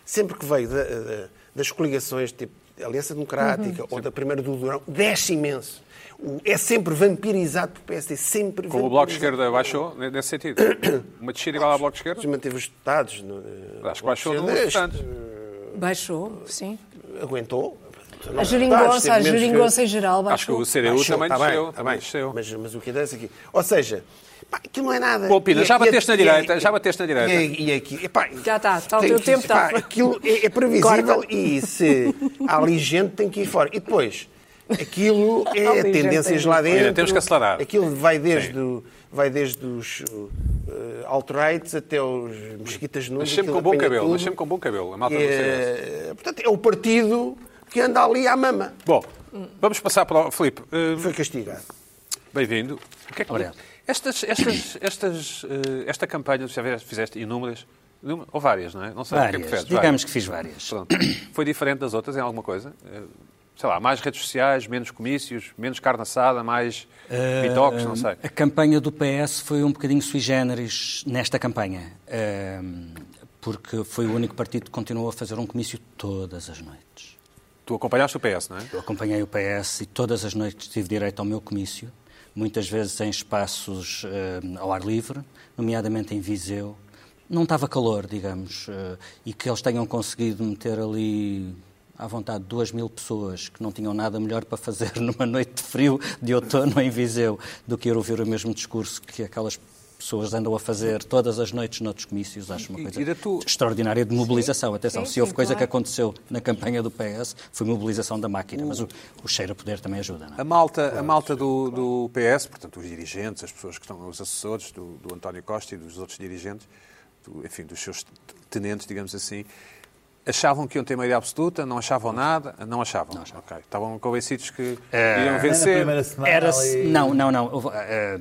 sempre que veio da- da- das coligações, tipo da Aliança Uhum. Democrática ou da Primeira do Durão, desce imenso. O- É sempre vampirizado por PSD, sempre Como o Bloco de vampirizado. Esquerda baixou, ne- nesse sentido. Uma descida igual ao Bloco de Esquerda? Manteve os deputados. no- Acho que baixou um Bloco no de Esquerda, bastante. Baixou, sim. Aguentou. A geringonça, a Deputados, teve menos que- geringonça em geral Acho que baixou. o CDU Baixou, um também tá bem, desceu. tá bem. desceu. Mas, mas o que interessa aqui. Ou seja, pá, aquilo não é nada. Bom, Pina, E- já e- bateste na e- direita, e- já bateste na direita. E, e aqui. epá, Já tá, tá, o tem teu que- tempo pá, tá. Aquilo é, é previsível Corta. e se há ali gente tem que ir fora. E depois, aquilo Há é ali gente tendências aí. lá dentro. Olha, temos que acelerar. Aquilo vai desde, o- vai desde os uh, alt-rights até os mesquitas Mas nudos. sempre aquilo com bom apanha cabelo, tudo. mas sempre com bom cabelo. A malta do E, CDS. eh, Portanto, é o partido que anda ali à mama. Bom, vamos passar para o Filipe. eh, Foi castigado. Bem-vindo. O que é que- Obrigado. Estas, estas, estas, eh, esta campanha, já vês- fizeste inúmeras, inúmeras- ou várias, não é? Não sei o que é que Várias. fizeste. Digamos que fiz várias. Pronto. Foi diferente das outras em alguma coisa? Eh, Sei lá, mais redes sociais, menos comícios, menos carne assada, mais Eh, bitoques, não sei. A campanha do PS foi um bocadinho sui generis nesta campanha, ehm, porque foi o único partido que continuou a fazer um comício todas as noites. Tu acompanhaste o PS, não é? Eu acompanhei o PS e todas as noites tive direito ao meu comício. muitas vezes em espaços eh, ao ar livre, nomeadamente em Viseu. Não estava calor, digamos, eh, e que eles tenham conseguido meter ali à vontade duas mil pessoas que não tinham nada melhor para fazer numa noite de frio de outono em Viseu do que ir ouvir o mesmo discurso que aquelas pessoas andam a fazer todas as noites noutros comícios, acho uma E- coisa e da tu- extraordinária de mobilização. Atenção, sim, se houve sim, coisa que claro. aconteceu na campanha do PS, foi mobilização da máquina, mas o, o cheiro a poder também ajuda, não é? A malta, a malta do, do PS, portanto, os dirigentes, as pessoas que estão, os assessores do, do António Costa e dos outros dirigentes, do- enfim, dos seus tenentes, digamos assim, achavam que iam ter maioria absoluta, não achavam nada, não achavam. É. Ok. Estavam convencidos que iriam Na vencer. Então, primeira semana Era ali- não, não, não. Houve, eh,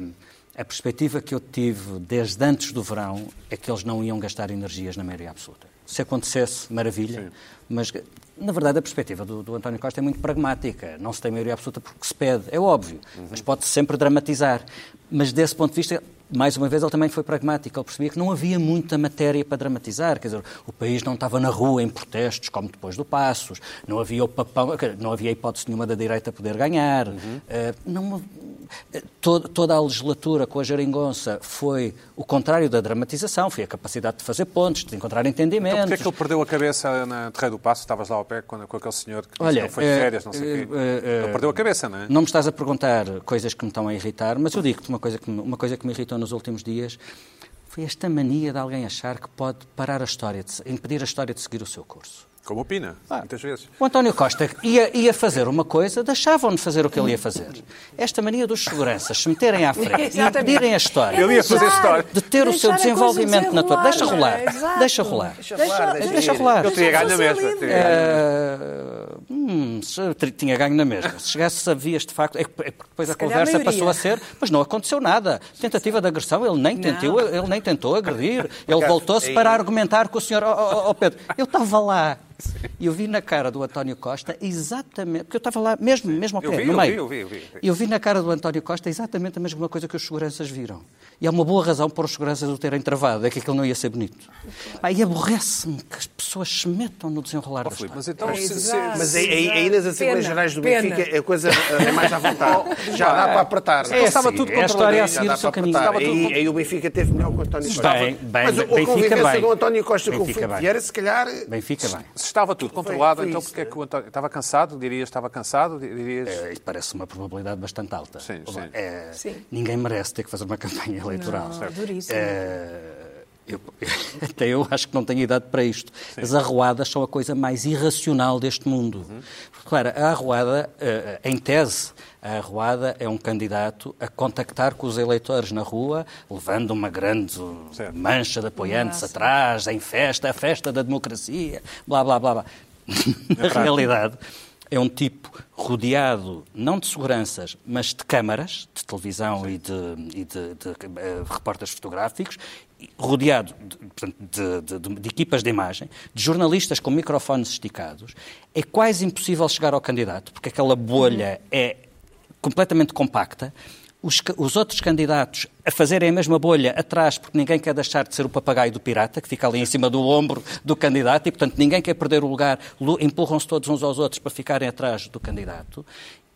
A perspectiva que eu tive desde antes do verão é que eles não iam gastar energias na maioria absoluta. Se acontecesse, maravilha. Mas, na verdade, a perspectiva do, do António Costa é muito pragmática. Não se tem maioria absoluta porque se pede, é óbvio. Mas pode-se sempre dramatizar. Mas, desse ponto de vista, mais uma vez, ele também foi pragmático. Ele percebia que não havia muita matéria para dramatizar. Quer dizer, o país não estava na rua em protestos, como depois do Passos. Não havia o papão, quer dizer, não havia hipótese nenhuma da direita poder ganhar. Uhum. Eh, não- eh, to- toda a legislatura com a geringonça foi o contrário da dramatização. Foi a capacidade de fazer pontos, de encontrar entendimentos. Porquê é que ele perdeu a cabeça na Terreira do Passo? Estavas lá ao pé quando, com aquele senhor que disse Olha, que ele foi de eh, férias, não sei o quê. eh, eh, ele perdeu a cabeça, não é? Não me estás a perguntar coisas que me estão a irritar, mas eu digo-te uma coisa, que me, uma coisa que me irritou nos últimos dias. Foi esta mania de alguém achar que pode parar a história, de se- impedir a história de seguir o seu curso. Como opina, muitas vezes. O António Costa ia, ia fazer uma coisa, deixavam-no fazer o que ele ia fazer. Esta mania dos seguranças se meterem à frente e Exatamente. É impedirem a história. Ele ia fazer história. De ter o Deixar a seu coisa desenvolvimento na tua. Deixa desenrolar, rolar. não é? Exato. Deixa rolar. Deixa, deixa rolar. Ele teria ganho na ser mesma. livre. teria ganho na mesma. Ah, hum, se- tri- tinha ganho na mesma. Se chegasse a vias de facto, é que é que depois a calhar a conversa maioria. passou a ser, mas não aconteceu nada. Tentativa de agressão, ele nem, tentou, ele nem tentou agredir. Ele é voltou-se para argumentar com o senhor. Oh, oh, oh, Pedro, eu estava lá. E eu vi na cara do António Costa exatamente, porque eu estava lá mesmo, mesmo ao Eu pé, vi, no eu meio. vi, eu vi, eu vi. Eu vi na cara do António Costa exatamente a mesma coisa que os seguranças viram. E há uma boa razão para os seguranças o terem travado, é que aquilo não ia ser bonito. Pá, e aborrece-me que as pessoas se metam no desenrolar da Filipe, história. Mas então, se- se- Exato. Mas aí, aí, aí nas Assembleias Pena, Gerais do pena. Benfica a coisa é mais à vontade. Já dá para apertar. assim, É, estava sim, tudo é a história controladinho, a Já seguir dá o seu para caminho. apertar. Estava tudo Aí, aí o Benfica teve melhor com o António Costa. Bem, bem, Mas a Benfica convivência bem. do António Costa com o Benfica Filipe bem. Vieira, se calhar... Benfica bem. se estava tudo controlado, foi então isso, porque é que o António... Estava cansado? Dirias estava cansado? Dirias... Eh, Isso parece uma probabilidade bastante alta. Sim, sim. Eh, É, Sim. Ninguém merece ter que fazer uma campanha eleitoral. Não, duríssimo. É. Eh, eu- até eu acho que não tenho idade para isto. As arruadas são a coisa mais irracional deste mundo. Uhum. Claro, a arruada, eh, em tese, a arruada é um candidato a contactar com os eleitores na rua, levando uma grande uh, Certo. mancha de apoiantes atrás, em festa, a festa da democracia, blá, blá, blá, blá. Na realidade, é um tipo rodeado, não de seguranças, mas de câmaras, de televisão e de, e de- de, eh, repórteres fotográficos, e rodeado de, portanto, de- de- de- de equipas de imagem, de jornalistas com microfones esticados. É quase impossível chegar ao candidato, porque aquela bolha é completamente compacta. Os, ca- os outros candidatos a fazerem a mesma bolha atrás, porque ninguém quer deixar de ser o papagaio do pirata, que fica ali em cima do ombro do candidato, e portanto ninguém quer perder o lugar, lu- empurram-se todos uns aos outros para ficarem atrás do candidato.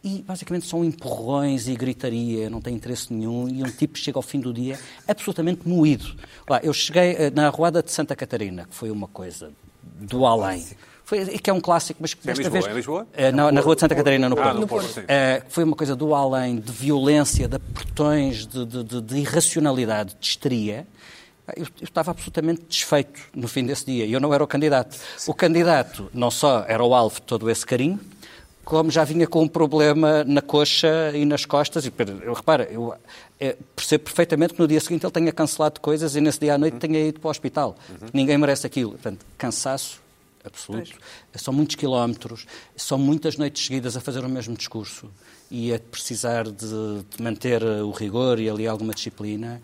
E basicamente são empurrões e gritaria, não tem interesse nenhum, e um tipo chega ao fim do dia absolutamente moído. Lá, eu cheguei eh, na Arruada de Santa Catarina, que foi uma coisa do além. Foi, e que é um clássico, mas que É em desta Lisboa, vez. é em Lisboa? Eh, na, na Rua de Santa Catarina, no Ah, Porto. no Porto, sim. Eh, foi uma coisa do além, de violência, de apertões, de, de- de- de irracionalidade, de histeria. Ah, Eu, eu estava absolutamente desfeito no fim desse dia. Eu não era o candidato. O candidato não só era o alvo de todo esse carinho, como já vinha com um problema na coxa e nas costas. E, per- eu, repara, eu eh, percebo perfeitamente que no dia seguinte ele tenha cancelado coisas e nesse dia à noite tenha ido para o hospital. Uhum. Ninguém merece aquilo. Portanto, cansaço absoluto. São muitos quilómetros, são muitas noites seguidas a fazer o mesmo discurso e a precisar de, de manter eh, o rigor e ali alguma disciplina.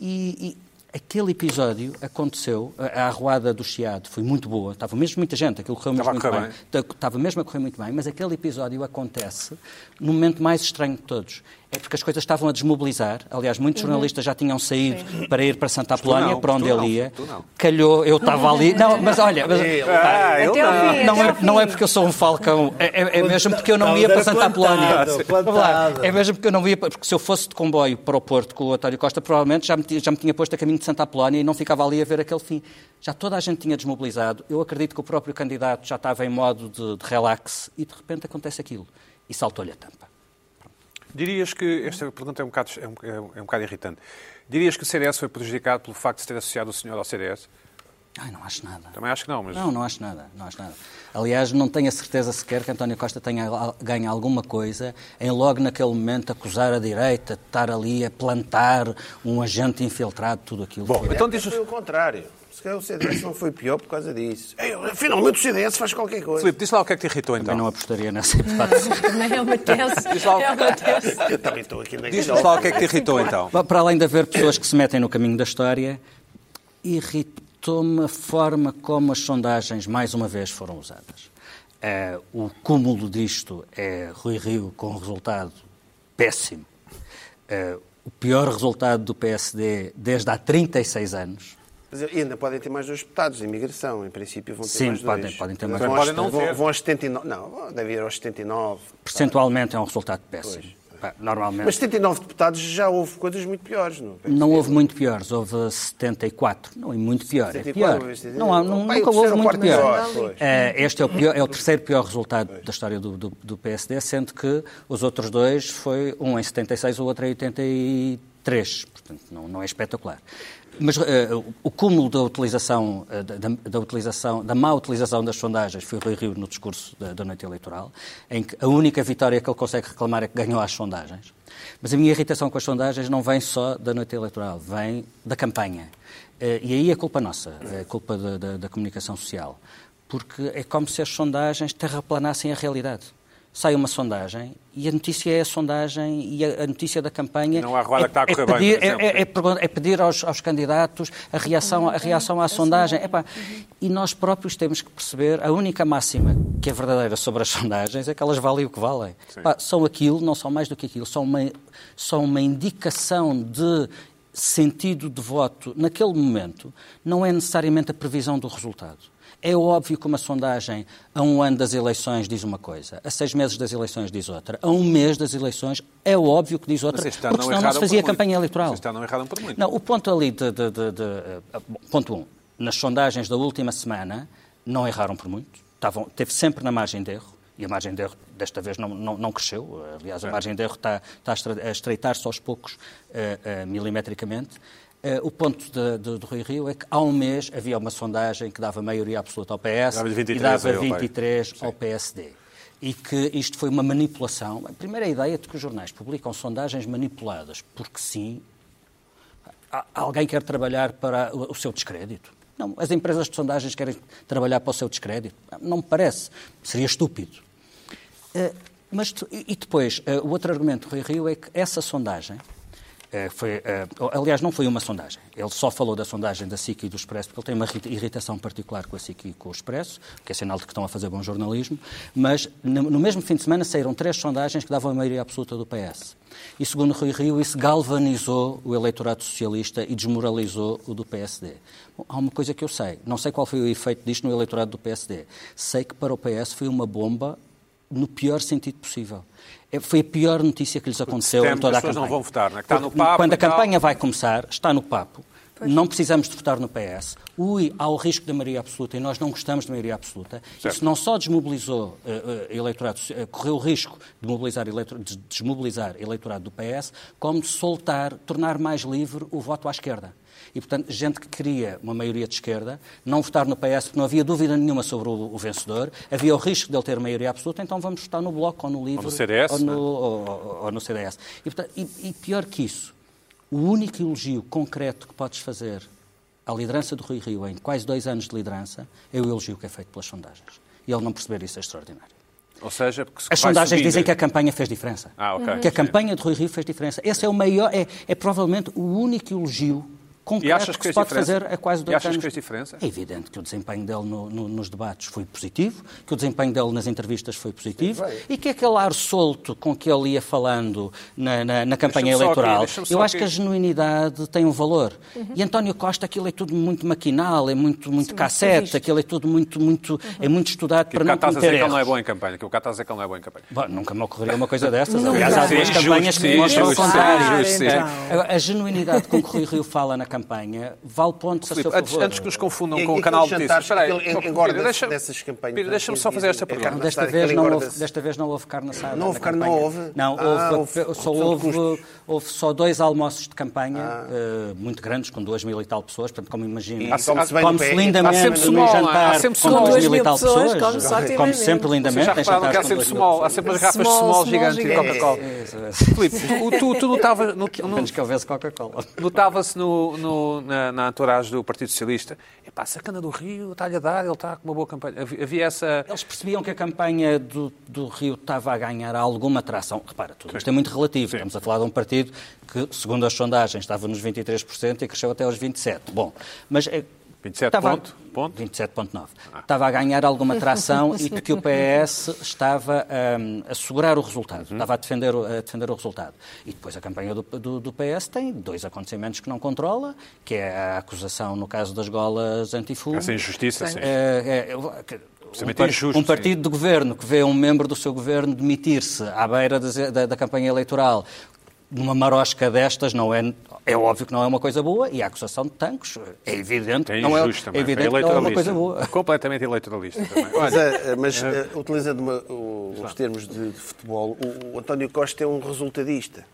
E, e Aquele episódio aconteceu, a a arruada do Chiado foi muito boa, estava mesmo muita gente, aquilo correu mesmo Estava a muito correr bem. Ta- Estava mesmo a correr muito bem, mas aquele episódio acontece no momento mais estranho de todos. É porque as coisas estavam a desmobilizar. Aliás, muitos jornalistas já tinham saído para ir para Santa Apolónia, não, para onde tu não, ele ia. tu não. Calhou, eu estava ali. Não, mas olha, mas- Ah, eu Até ao não. fim, não, até é, ao não é fim. porque eu sou um falcão, é, é- é mesmo porque eu não Plantado, ia para Santa Apolónia. plantado, Sim. plantado. Vamos lá. É mesmo porque eu não ia, para- porque se eu fosse de comboio para o Porto com o António Costa, provavelmente já me, ti- já me tinha posto a caminho de Santa Apolónia e não ficava ali a ver aquele fim. Já toda a gente tinha desmobilizado, eu acredito que o próprio candidato já estava em modo de, de relax e de repente acontece aquilo e saltou-lhe a tampa. Dirias que, esta pergunta é um, bocado, é, um, é um- é um bocado irritante, dirias que o CDS foi prejudicado pelo facto de se ter associado o senhor ao CDS? Ai, não acho nada. Também acho que não, mas... Não, não acho nada, não acho nada. Aliás, não tenho a certeza sequer que António Costa tenha al- ganho alguma coisa em logo naquele momento acusar a direita de estar ali a plantar um agente infiltrado, tudo aquilo. Bom, que é. então diz Foi o contrário. Se calhar o CDS não foi pior por causa disso. Ei, finalmente o CDS faz qualquer coisa. Filipe, diz lá o que é que te irritou Eu não então. apostaria nessa hipótese. Também é uma tese. Diz lá o- É uma tese. Eu também estou aqui na Diz-nos lá o que é que te irritou então. Bom, Para além de haver pessoas que se metem no caminho da história, irritou-me a forma como as sondagens, mais uma vez, foram usadas. Eh, o cúmulo disto é Rui Rio com um resultado péssimo. Eh, o pior resultado do PSD desde há 36 anos. Mas e ainda podem ter mais dois deputados de imigração, em princípio vão ter Sim, mais podem- dois. podem ter Mas mais vão aos- dois. Podem não vão, ter. vão aos 79. Não, deve ir aos 79. Percentualmente é um resultado péssimo. Pá, Normalmente. Mas 79 deputados já houve coisas muito piores, não é? É. Não houve muito piores, houve 74. Não, e muito pior. é 74, pior. mas isso- Não, há- não- Pai, o nunca houve terceiro ou muito quarto pior. melhor, pois. Eh, este é o, pior- é o terceiro pior resultado da história do, do- do PSD, sendo que os outros dois foi um em 76, o outro em 83. Portanto, não, não é espetacular. Mas eh, o- o cúmulo da utilização, eh, da, da- da utilização, da má utilização das sondagens foi o Rui Rio no discurso da, da noite eleitoral, em que a única vitória que ele consegue reclamar é que ganhou às sondagens. Mas a minha irritação com as sondagens não vem só da noite eleitoral, vem da campanha. Eh, E aí é culpa nossa, é culpa da, da- da comunicação social. Porque é como se as sondagens terraplanassem a realidade. Sai uma sondagem e a notícia é a sondagem e a, a notícia da campanha. Não há roda é, que está a é correr bem, pedir- por exemplo. é- é- é pergun- é pedir aos, aos candidatos a reação, a reação à sondagem. Epá, e nós próprios temos que perceber, a única máxima que é verdadeira sobre as sondagens é que elas valem o que valem. Epá, são aquilo, não são mais do que aquilo, são uma, são uma indicação de sentido de voto naquele momento, não é necessariamente a previsão do resultado. É óbvio que uma sondagem a um ano das eleições diz uma coisa, a seis meses das eleições diz outra, a um mês das eleições é óbvio que diz outra, Mas este ano porque senão não se erraram fazia por muito. campanha eleitoral. Este ano não erraram por muito. Não, o ponto ali de. de- de- de- eh, bom, ponto 1. Um, nas sondagens da última semana, não erraram por muito. Estavam, teve sempre na margem de erro. E a margem de erro desta vez não, não, não cresceu. Eh, Aliás, a margem de erro está, está a estra- a estreitar-se aos poucos, eh, eh, milimetricamente. Eh, o ponto de, de, de Rui Rio é que há um mês havia uma sondagem que dava maioria absoluta ao PS Dava-lhe 23 e dava a ele, 23 ao PSD. E que isto foi uma manipulação. A primeira ideia de que os jornais publicam sondagens manipuladas, porque sim, Há- Alguém quer trabalhar para o o seu descrédito? Não, as empresas de sondagens querem trabalhar para o seu descrédito? Não me parece. Seria estúpido. Eh, mas, tu- e e depois, eh, o outro argumento do Rui Rio é que essa sondagem, eh, foi, eh, oh, aliás, não foi uma sondagem. Ele só falou da sondagem da SIC e do Expresso, porque ele tem uma irri- irritação particular com a SIC e com o Expresso, que é sinal de que estão a fazer bom jornalismo, mas no no mesmo fim de semana saíram três sondagens que davam a maioria absoluta do PS. E segundo Rui Rio, isso galvanizou o eleitorado socialista e desmoralizou o do PSD. Bom, há uma coisa que eu sei, não sei qual foi o efeito disto no eleitorado do PSD. Sei que para o PS foi uma bomba no pior sentido possível. É- Foi a pior notícia que lhes aconteceu teme em toda que a as pessoas campanha. não vão votar, né? Que está no Porque papo Quando e a tal. campanha vai começar, está no papo. Não precisamos de votar no PS. Ui, há o risco da maioria absoluta e nós não gostamos de maioria absoluta. Isso não só desmobilizou eh, eh, eleitorado, eh, correu o risco de mobilizar eleitor- de desmobilizar eleitorado do PS, como de soltar, tornar mais livre o voto à esquerda. E, portanto, gente que queria uma maioria de esquerda, não votar no PS porque não havia dúvida nenhuma sobre o, o vencedor, havia o risco de ele ter maioria absoluta, então vamos votar no Bloco ou no Livre no CDS, ou, no, né? ou- ou- ou no CDS. E, portanto, e- e pior que isso, o único elogio concreto que podes fazer à liderança do Rui Rio em quase dois anos de liderança é o elogio que é feito pelas sondagens. E ele não perceber isso é extraordinário. Ou seja, porque se As vai sondagens subindo, dizem que é a campanha fez diferença. Ah, ok. Que a Sim. campanha de Rui Rio fez diferença. Esse é o maior, é, é provavelmente o único elogio concreto E achas que se fez pode diferença? fazer a quase dois E achas que anos. fez diferença? É evidente que o desempenho dele no- no- nos debates foi positivo, que o desempenho dele nas entrevistas foi positivo e que aquele ar solto com que ele ia falando na, na- na campanha Deixa-me só aqui, eleitoral, deixa-me só eu acho aqui. que a genuinidade tem um valor. E António Costa, aquilo é tudo muito maquinal, é muito, muito cassete, aquilo é tudo muito, muito, é muito estudado Que para o não Catar cometer que ele não é erros. bom em campanha. Que o Catar que ele não é bom em campanha. Bom, nunca me ocorreria uma coisa dessas. Não Aliás, dá. há duas Sim, campanhas justo, que sim, mostram o justo, sim, contrário. Então. justo, sim. Agora, A genuinidade com que o Rui Rio fala na campanha vale pontos a seu Filipe, favor. antes, antes que nos confundam E- e com o aquele canal de jantar, notícias. Espera aí, aquele só que, engorda Pira, deixa- dessa- dessas campanhas Pira, deixa-me que só fazer dizem, esta é carne pergunta. Desta assada, vez, aquele não engorda-se. houve, desta vez não houve carne assada. Não houve na carne, não campanha. houve? Não, Ah, houve, houve- só houve houve, custos. Ah. houve só dois almoços de campanha, eh, muito grandes, com duas mil e tal pessoas, portanto, como E imagino. há- come-se bem no Come-se pé. lindamente Há sempre num small, jantar há sempre com small. duas mil e Com tal duas mil pessoas. pessoas, come-se Come otimamente. sempre Vocês lindamente. já em repararam que há jantares com sempre duas mil small, há pessoas. sempre umas garrafas Small, small small gigantes de gigantes. Coca-Cola. Filipe, o- tu, tu notavas, no- Pelo no- menos que houvesse Coca-Cola. notava-se no, no- na, na entourage do Partido Socialista, epá, a sacana do Rio está-lhe a dar, ele está com uma boa campanha. Havia havia essa... Eles percebiam que a campanha do, do Rio estava a ganhar alguma tração. Repara, tudo isto é muito relativo. Estamos a falar de um partido que, segundo as sondagens, estava nos 23% e cresceu até aos 27%. Bom, mas... é- 27 estava a- ponto? Ponto? Ah. 27.9. Estava a ganhar alguma tração e de que o PS estava hum, a segurar o resultado, Uhum. estava a defender, o- a defender o resultado. E depois a campanha do, do- do PS tem dois acontecimentos que não controla, que é a acusação no caso das golas antifumo. Essa injustiça, sim. É, é, eu- que- um, Absolutamente par- injusto, um sim. partido de governo que vê um membro do seu governo demitir-se à beira das- da, da campanha eleitoral numa marosca destas não é é óbvio que não é uma coisa boa e a acusação de tanques é evidente É que não é, injusto é também. evidente que não é uma coisa boa Completamente eleitoralista também. Olha, Mas, eh, mas, É. eh, utilizando uma- o- os termos de, de futebol, o, o António Costa é um resultadista.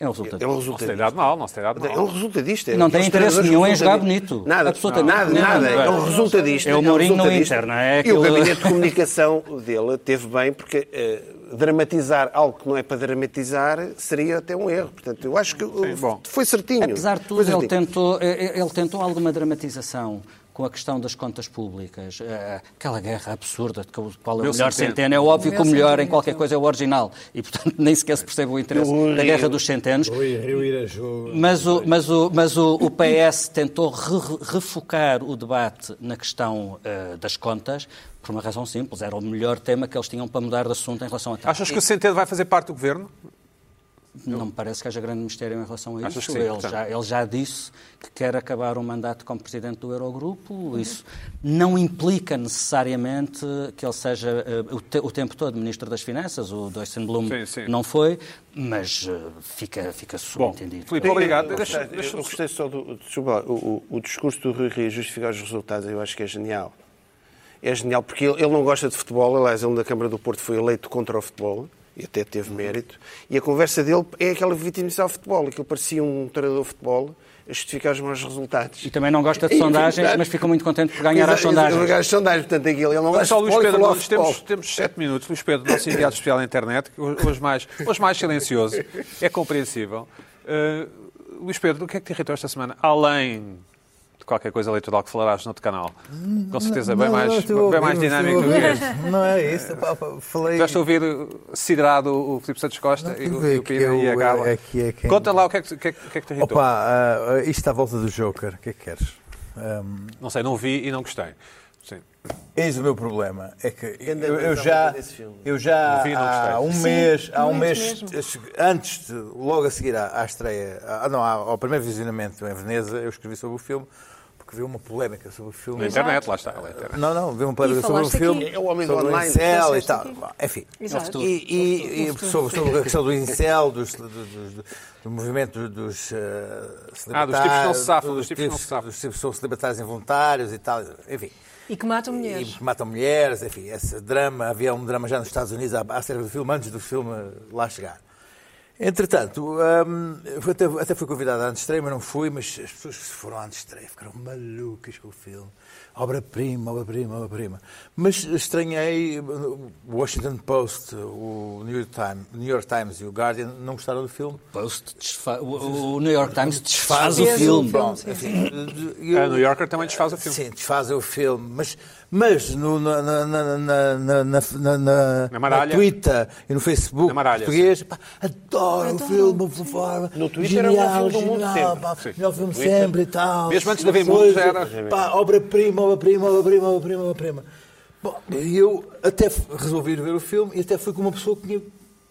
é um resultado É um não se tem resultadista. dado mal, não se tem dado É um mal. resultadista. Não Os tem interesse treinadores nenhum em resultadistas. jogar bonito. Nada, Absolutamente. nada, Não, nada. não, É um não. resultadadista. É o um Mourinho no resultadista. Inter, não é? E o Aquilo- gabinete de comunicação dele teve bem, porque eh, dramatizar algo que não é para dramatizar seria até um erro. Portanto, eu acho que eh, bom. foi certinho. Apesar de tudo, Foi ele certinho. tentou, eh, ele tentou alguma dramatização com a questão das contas públicas. Eh, Aquela guerra absurda de que- qual é Meu o melhor centeno. centeno. É óbvio que o Meu melhor em centeno, qualquer então. coisa é o original. E, portanto, nem sequer se percebe o interesse da guerra dos centenos. Rui Rio ir a jogo. Mas o, mas o, mas o, o PS tentou re- refocar o debate na questão eh, das contas por uma razão simples. Era o melhor tema que eles tinham para mudar de assunto em relação a tal. Achas que o Centeno vai fazer parte do governo? Não me parece que haja grande mistério em relação a Achas que isso. sim, Tá. ele, portanto? já, ele já disse que quer acabar o mandato como presidente do Eurogrupo. Isso não implica necessariamente que ele seja eh, o, te- o tempo todo ministro das Finanças. O Dijsselbloem Sim, sim. não foi, mas eh, fica, fica Bom, subentendido. Filipe, obrigado. Eu Deixa- gostei- deixa- Eu gostei só do. desculpa lá, o, o- o discurso do Rui Rio é justificar os resultados, eu acho que é genial. É genial, porque ele, ele não gosta de futebol, aliás, ele na Câmara do Porto foi eleito contra o futebol, e até teve mérito, e a conversa dele é aquela vitimizar o futebol, aquilo parecia um treinador de futebol a justificar os maus resultados. E é, também não gosta de É sondagens, verdade. mas fica muito contente por ganhar as Exa- exa- sondagens. ganhar as sondagens, portanto, aquilo, ele não Vamos gosta ao de Luís futebol, e Pedro falou Nunes. Temos, futebol. temos sete minutos. Luís Pedro, nosso enviado especial na internet, hoje mais, hoje mais silencioso, é compreensível. Uh, Luís Pedro, o que é que te irritou esta semana? Além de qualquer coisa eleitoral que falarás no outro canal. Com certeza, bem Não, não, mais, estou a bem ouvir, mais estou a dinâmico do que ouvir. este. Não é isso. pá, pá, Falei. Tiveste a ouvir uh, siderado o Filipe Santos Costa Não, e tem o, que ver e o que Pina e a eu, Gala. é que é quem- Conta lá o que é que, o que é que- o que é que te irritou. Opa, ah, ah, isto está à volta do Joker. O que é que queres? Ahm, Não sei, não vi e não gostei. Sim. Eis o meu problema. É que Ganda eu, eu coisa à já, volta desse filme. eu já Não vi, não há gostei. um mês, há um muito mês mesmo. che- antes, de- logo a seguir à, à estreia, à- não, à- ao primeiro visionamento em Veneza, eu escrevi sobre o filme porque vi uma polémica sobre o filme. Na internet, lá está. lá na internet. Não, não, vi uma polémica sobre o falaste filme. aqui. É o homem do sobre online. incel e Disseste tal. aqui. Enfim. É Exato. É E, e- e sobre, sobre a questão do incel, dos, do, do- do- do movimento dos. eh, Ah, dos tipos que não se safam, celibatários, dos tipos que não se safam. Dos tipos que são celibatários involuntários e tal. Enfim. E que matam mulheres. E que matam mulheres, enfim, esse drama, havia um drama já nos Estados Unidos à- acerca do filme, antes do filme lá chegar. Entretanto, hum, eu até, até fui convidado à antestreia, mas não fui, mas as pessoas que foram à antestreia ficaram malucas com o filme. Obra-prima, obra-prima, obra-prima. Mas estranhei, o Washington Post, o New York, Times, New York Times e o Guardian não gostaram do filme. Post desfa- o, o New York Times desfaz o Desfez o um filme. filme. Pronto, assim, enfim, eu- A New Yorker É, também desfaz o filme. Sim, desfazem o filme, mas, mas no, na, na, na, na, na, na, na, Na maralha. Twitter e no Facebook Na maralha, português, pá, adoro o filme, por favor. No Twitter era o melhor filme do mundo genial, sempre. pá, Sim. melhor filme Twitter. sempre e tal. Mesmo antes de haver Coisa, mundo, já era. Pá, obra-prima, obra-prima, obra-prima, obra-prima, obra-prima. Bom, e eu até f- resolvi ir ver o filme e até fui com uma pessoa que tinha,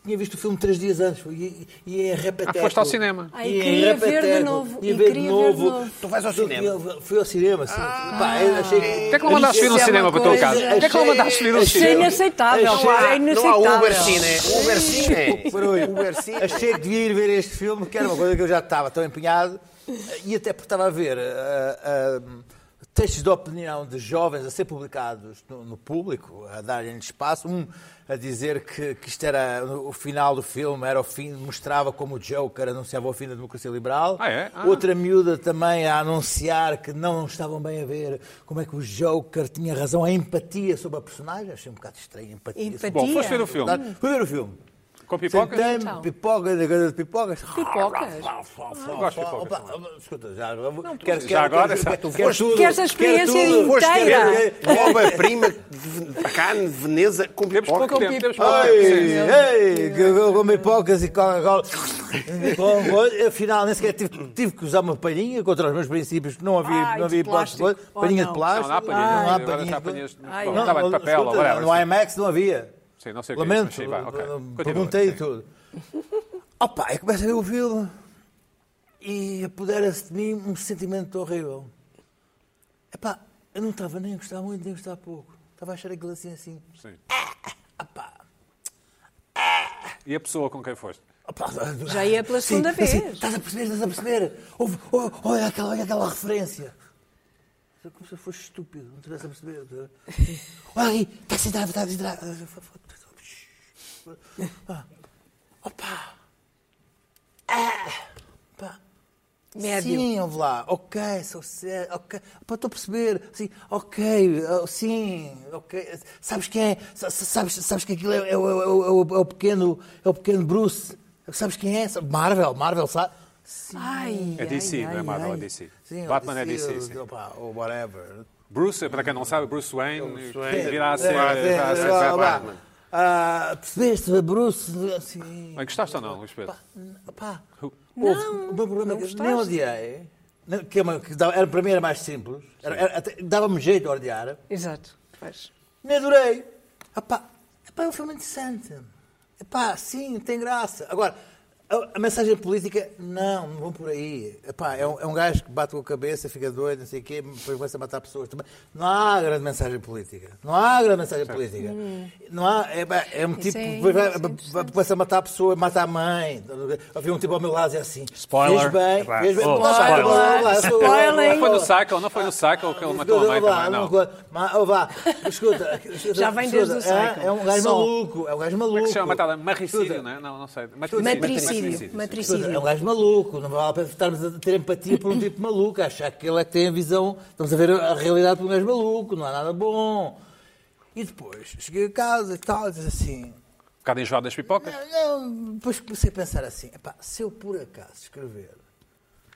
tinha visto o filme três dias antes. E, e é em repeteco. Ah, foste ao cinema. Ah, e Ia em queria ver de repeteco, novo, ia e ver de queria ver de novo. novo. Ah. Tu vais ao Fui- cinema? Fui ao cinema, sim. Pá, eu achei Porquê é que não mandaste vir no Isso é cinema uma para o teu coisa- caso? Porquê é que não achei- mandaste vir no Isso é cinema? inaceitável, Não pá, é Não há um inaceitável. Uber Cine. Uber Cine. Barulho. Achei que devia ir ver este filme, que era uma coisa que eu já estava tão empenhado, e até porque estava a ver ah, ah, textos de opinião de jovens a ser publicados no, no público, a darem espaço. Um a dizer que, que isto era o final do filme, era o fim, mostrava como o Joker anunciava o fim da democracia liberal. Ah, é? Ah. Outra miúda também a anunciar que não estavam bem a ver como é que o Joker tinha razão, a empatia sobre a personagem. Achei um bocado estranho, empatia. sobre- Bom, foste ver o filme. Fui ver o filme. Com pipocas? Sentei-me, Então. pipoca, da casa de pipocas. Pipocas? gosto de pipocas Opa, Escuta, já, quero, Já agora, quero, já. quero, quero tudo. Queres a experiência quero tudo. inteira? Quero- quero- Obra-prima, de carne, de Veneza, com Temos pouco pipoca. tempo, temos pouco tempo. sim. Ei, ei, que eu comi pipocas e Coca-Cola. Com- com- Afinal, nem sequer tive, tive que usar uma palhinha contra os meus princípios, que não havia, Ai, não havia de hipótese plástico. de coisa. Oh, Palhinha de não. Não, plástico. não há palhinha. não há Agora palhinha já de coisa. apanhas- Ai, Bom, não, Estava de papel, ou escuta, whatever. No IMAX não havia. Sim, não sei o que é isso, Lamento. mas sim, vá, ok. Continua, Perguntei sim. tudo. Opa, eu começo a ver o filme e apodera-se de mim um sentimento horrível. Epá, eu não estava nem a gostar muito, nem a gostar pouco. Estava a achar aquilo assim, assim. Sim. Epá, E a pessoa com quem foste? Opa, Já ia pela segunda assim, vez. Estás a perceber, estás a perceber. Ouve, ouve, olha, aquela, olha aquela referência. Foi Como se eu fosse estúpido, não estivesse a perceber. tá? Olha aí, está a sentar, está a sentar. Ah, Opa! Ah, pá. Médio. Sim, ouve lá, ok, sou sério, ok. Pá, estou a perceber, sim, ok, ah, sim, ok. Sabes quem é? Sa- sa- Sabes, sabes que aquilo é, é o- é o- é o- é o pequeno, é o pequeno Bruce. Sabes quem é? Sa- Marvel, Marvel, sabe? Sim. Ai, É DC, ai, não ai. é Marvel, é ai. DC. Sim, ou Batman é DC, ou- sim. opa, ou whatever. Bruce, para quem não sabe, Bruce Wayne Wayne. virá a ser É, virá a ser é, vá, vá. Batman. Ah, percebeste, Bruce? Sim. Mas gostaste ou não, Luís Pedro? Pá, Who? um não, o meu problema é que nem odiei. não- Que é uma- que dava- era, para mim era mais simples. Era- era- até- Dava-me jeito a odiar. Exato. Pois. Nem adorei. Ah, pá, ah, pá, é um filme interessante. Ah, pá, sim, tem graça. Agora, a, a mensagem política, não, não vão por aí. Ah, pá, é, um, é um gajo que bate com a cabeça, fica doido, não sei o quê, depois começa a matar pessoas. Também. Não há grande mensagem política. Não há grande mensagem política. Não há, é, pá, é um tipo é- que depois vai- isso é vai- interessante. começa a matar a pessoa, mata a mãe. Havia um tipo ao meu lado e assim. Fez Spoiler. bem, Epá, fez bem. oh, Não, vai, spoiler. vai, vai, vai, vai, Spoiler. vai, vai. Foi no Cycle, não foi no Cycle que ele matou a mãe Vá, também, não. uma coisa. Mas, ó, oh, vá, escuta, escuta, Já vem desde o escuta, é- século. É um gajo Só. maluco, é um gajo maluco. Como é que se chama? Matada? Marricídio, Escuta, não é? Não, não sei. Matricídio. escuta, É um Matricídio. gajo maluco, não vale a pena estarmos a ter empatia por um tipo maluco, a achar que ele é que tem a visão, estamos a ver a realidade por um gajo maluco, não há nada bom. E depois, cheguei a casa e tal, e disse assim, Um bocado enjoado das pipocas. não, não, depois comecei a pensar assim, epá, se eu por acaso escrever,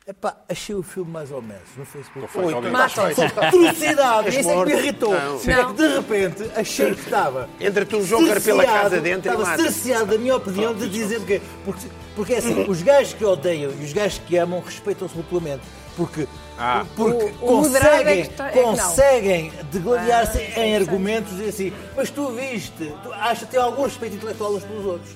epá, achei o filme mais ou menos no Facebook. foi, Oito, talvez. mas são atrocidades, isso é que me irritou. Não. É que de repente achei que estava Entra tu o Joker pela cerceado, casa dentro e Estava mata. cerceado da minha opinião de dizer porque, porque, porque é assim, os gajos que odeiam e os gajos que amam respeitam-se mutuamente. Porque, Ah. porque O- o moderado é que conseguem, está- é que não. conseguem degladiar-se em interessante. argumentos e assim, mas tu viste, tu achas que tem algum respeito intelectual uns pelos outros.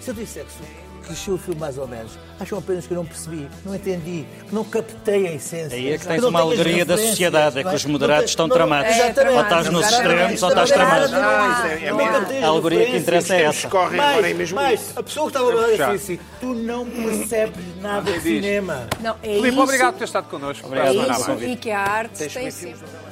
Se eu disser que sou- que achei o filme mais ou menos, acham apenas que eu não percebi, não entendi, que não captei a essência. Aí é que que tens não uma tenho as alegria da referências, sociedade, é que não os moderados Não tens- estão não- tramados. é, Ou estás nos exatamente, extremos ou estás exatamente. tramado. Ah, isso é- é Não mesmo. captei as A algoritmo que referências. interessa é essa. Correm agora aí Mas, mesmo. mas a pessoa que estava a falar Chato. assim, assim, tu não percebes nada de diz. cinema. Não, é Filipe, isso. obrigado por ter estado connosco. É Obrigado, Para a semana, isso. vai. E que a arte Tens tem que ver sempre...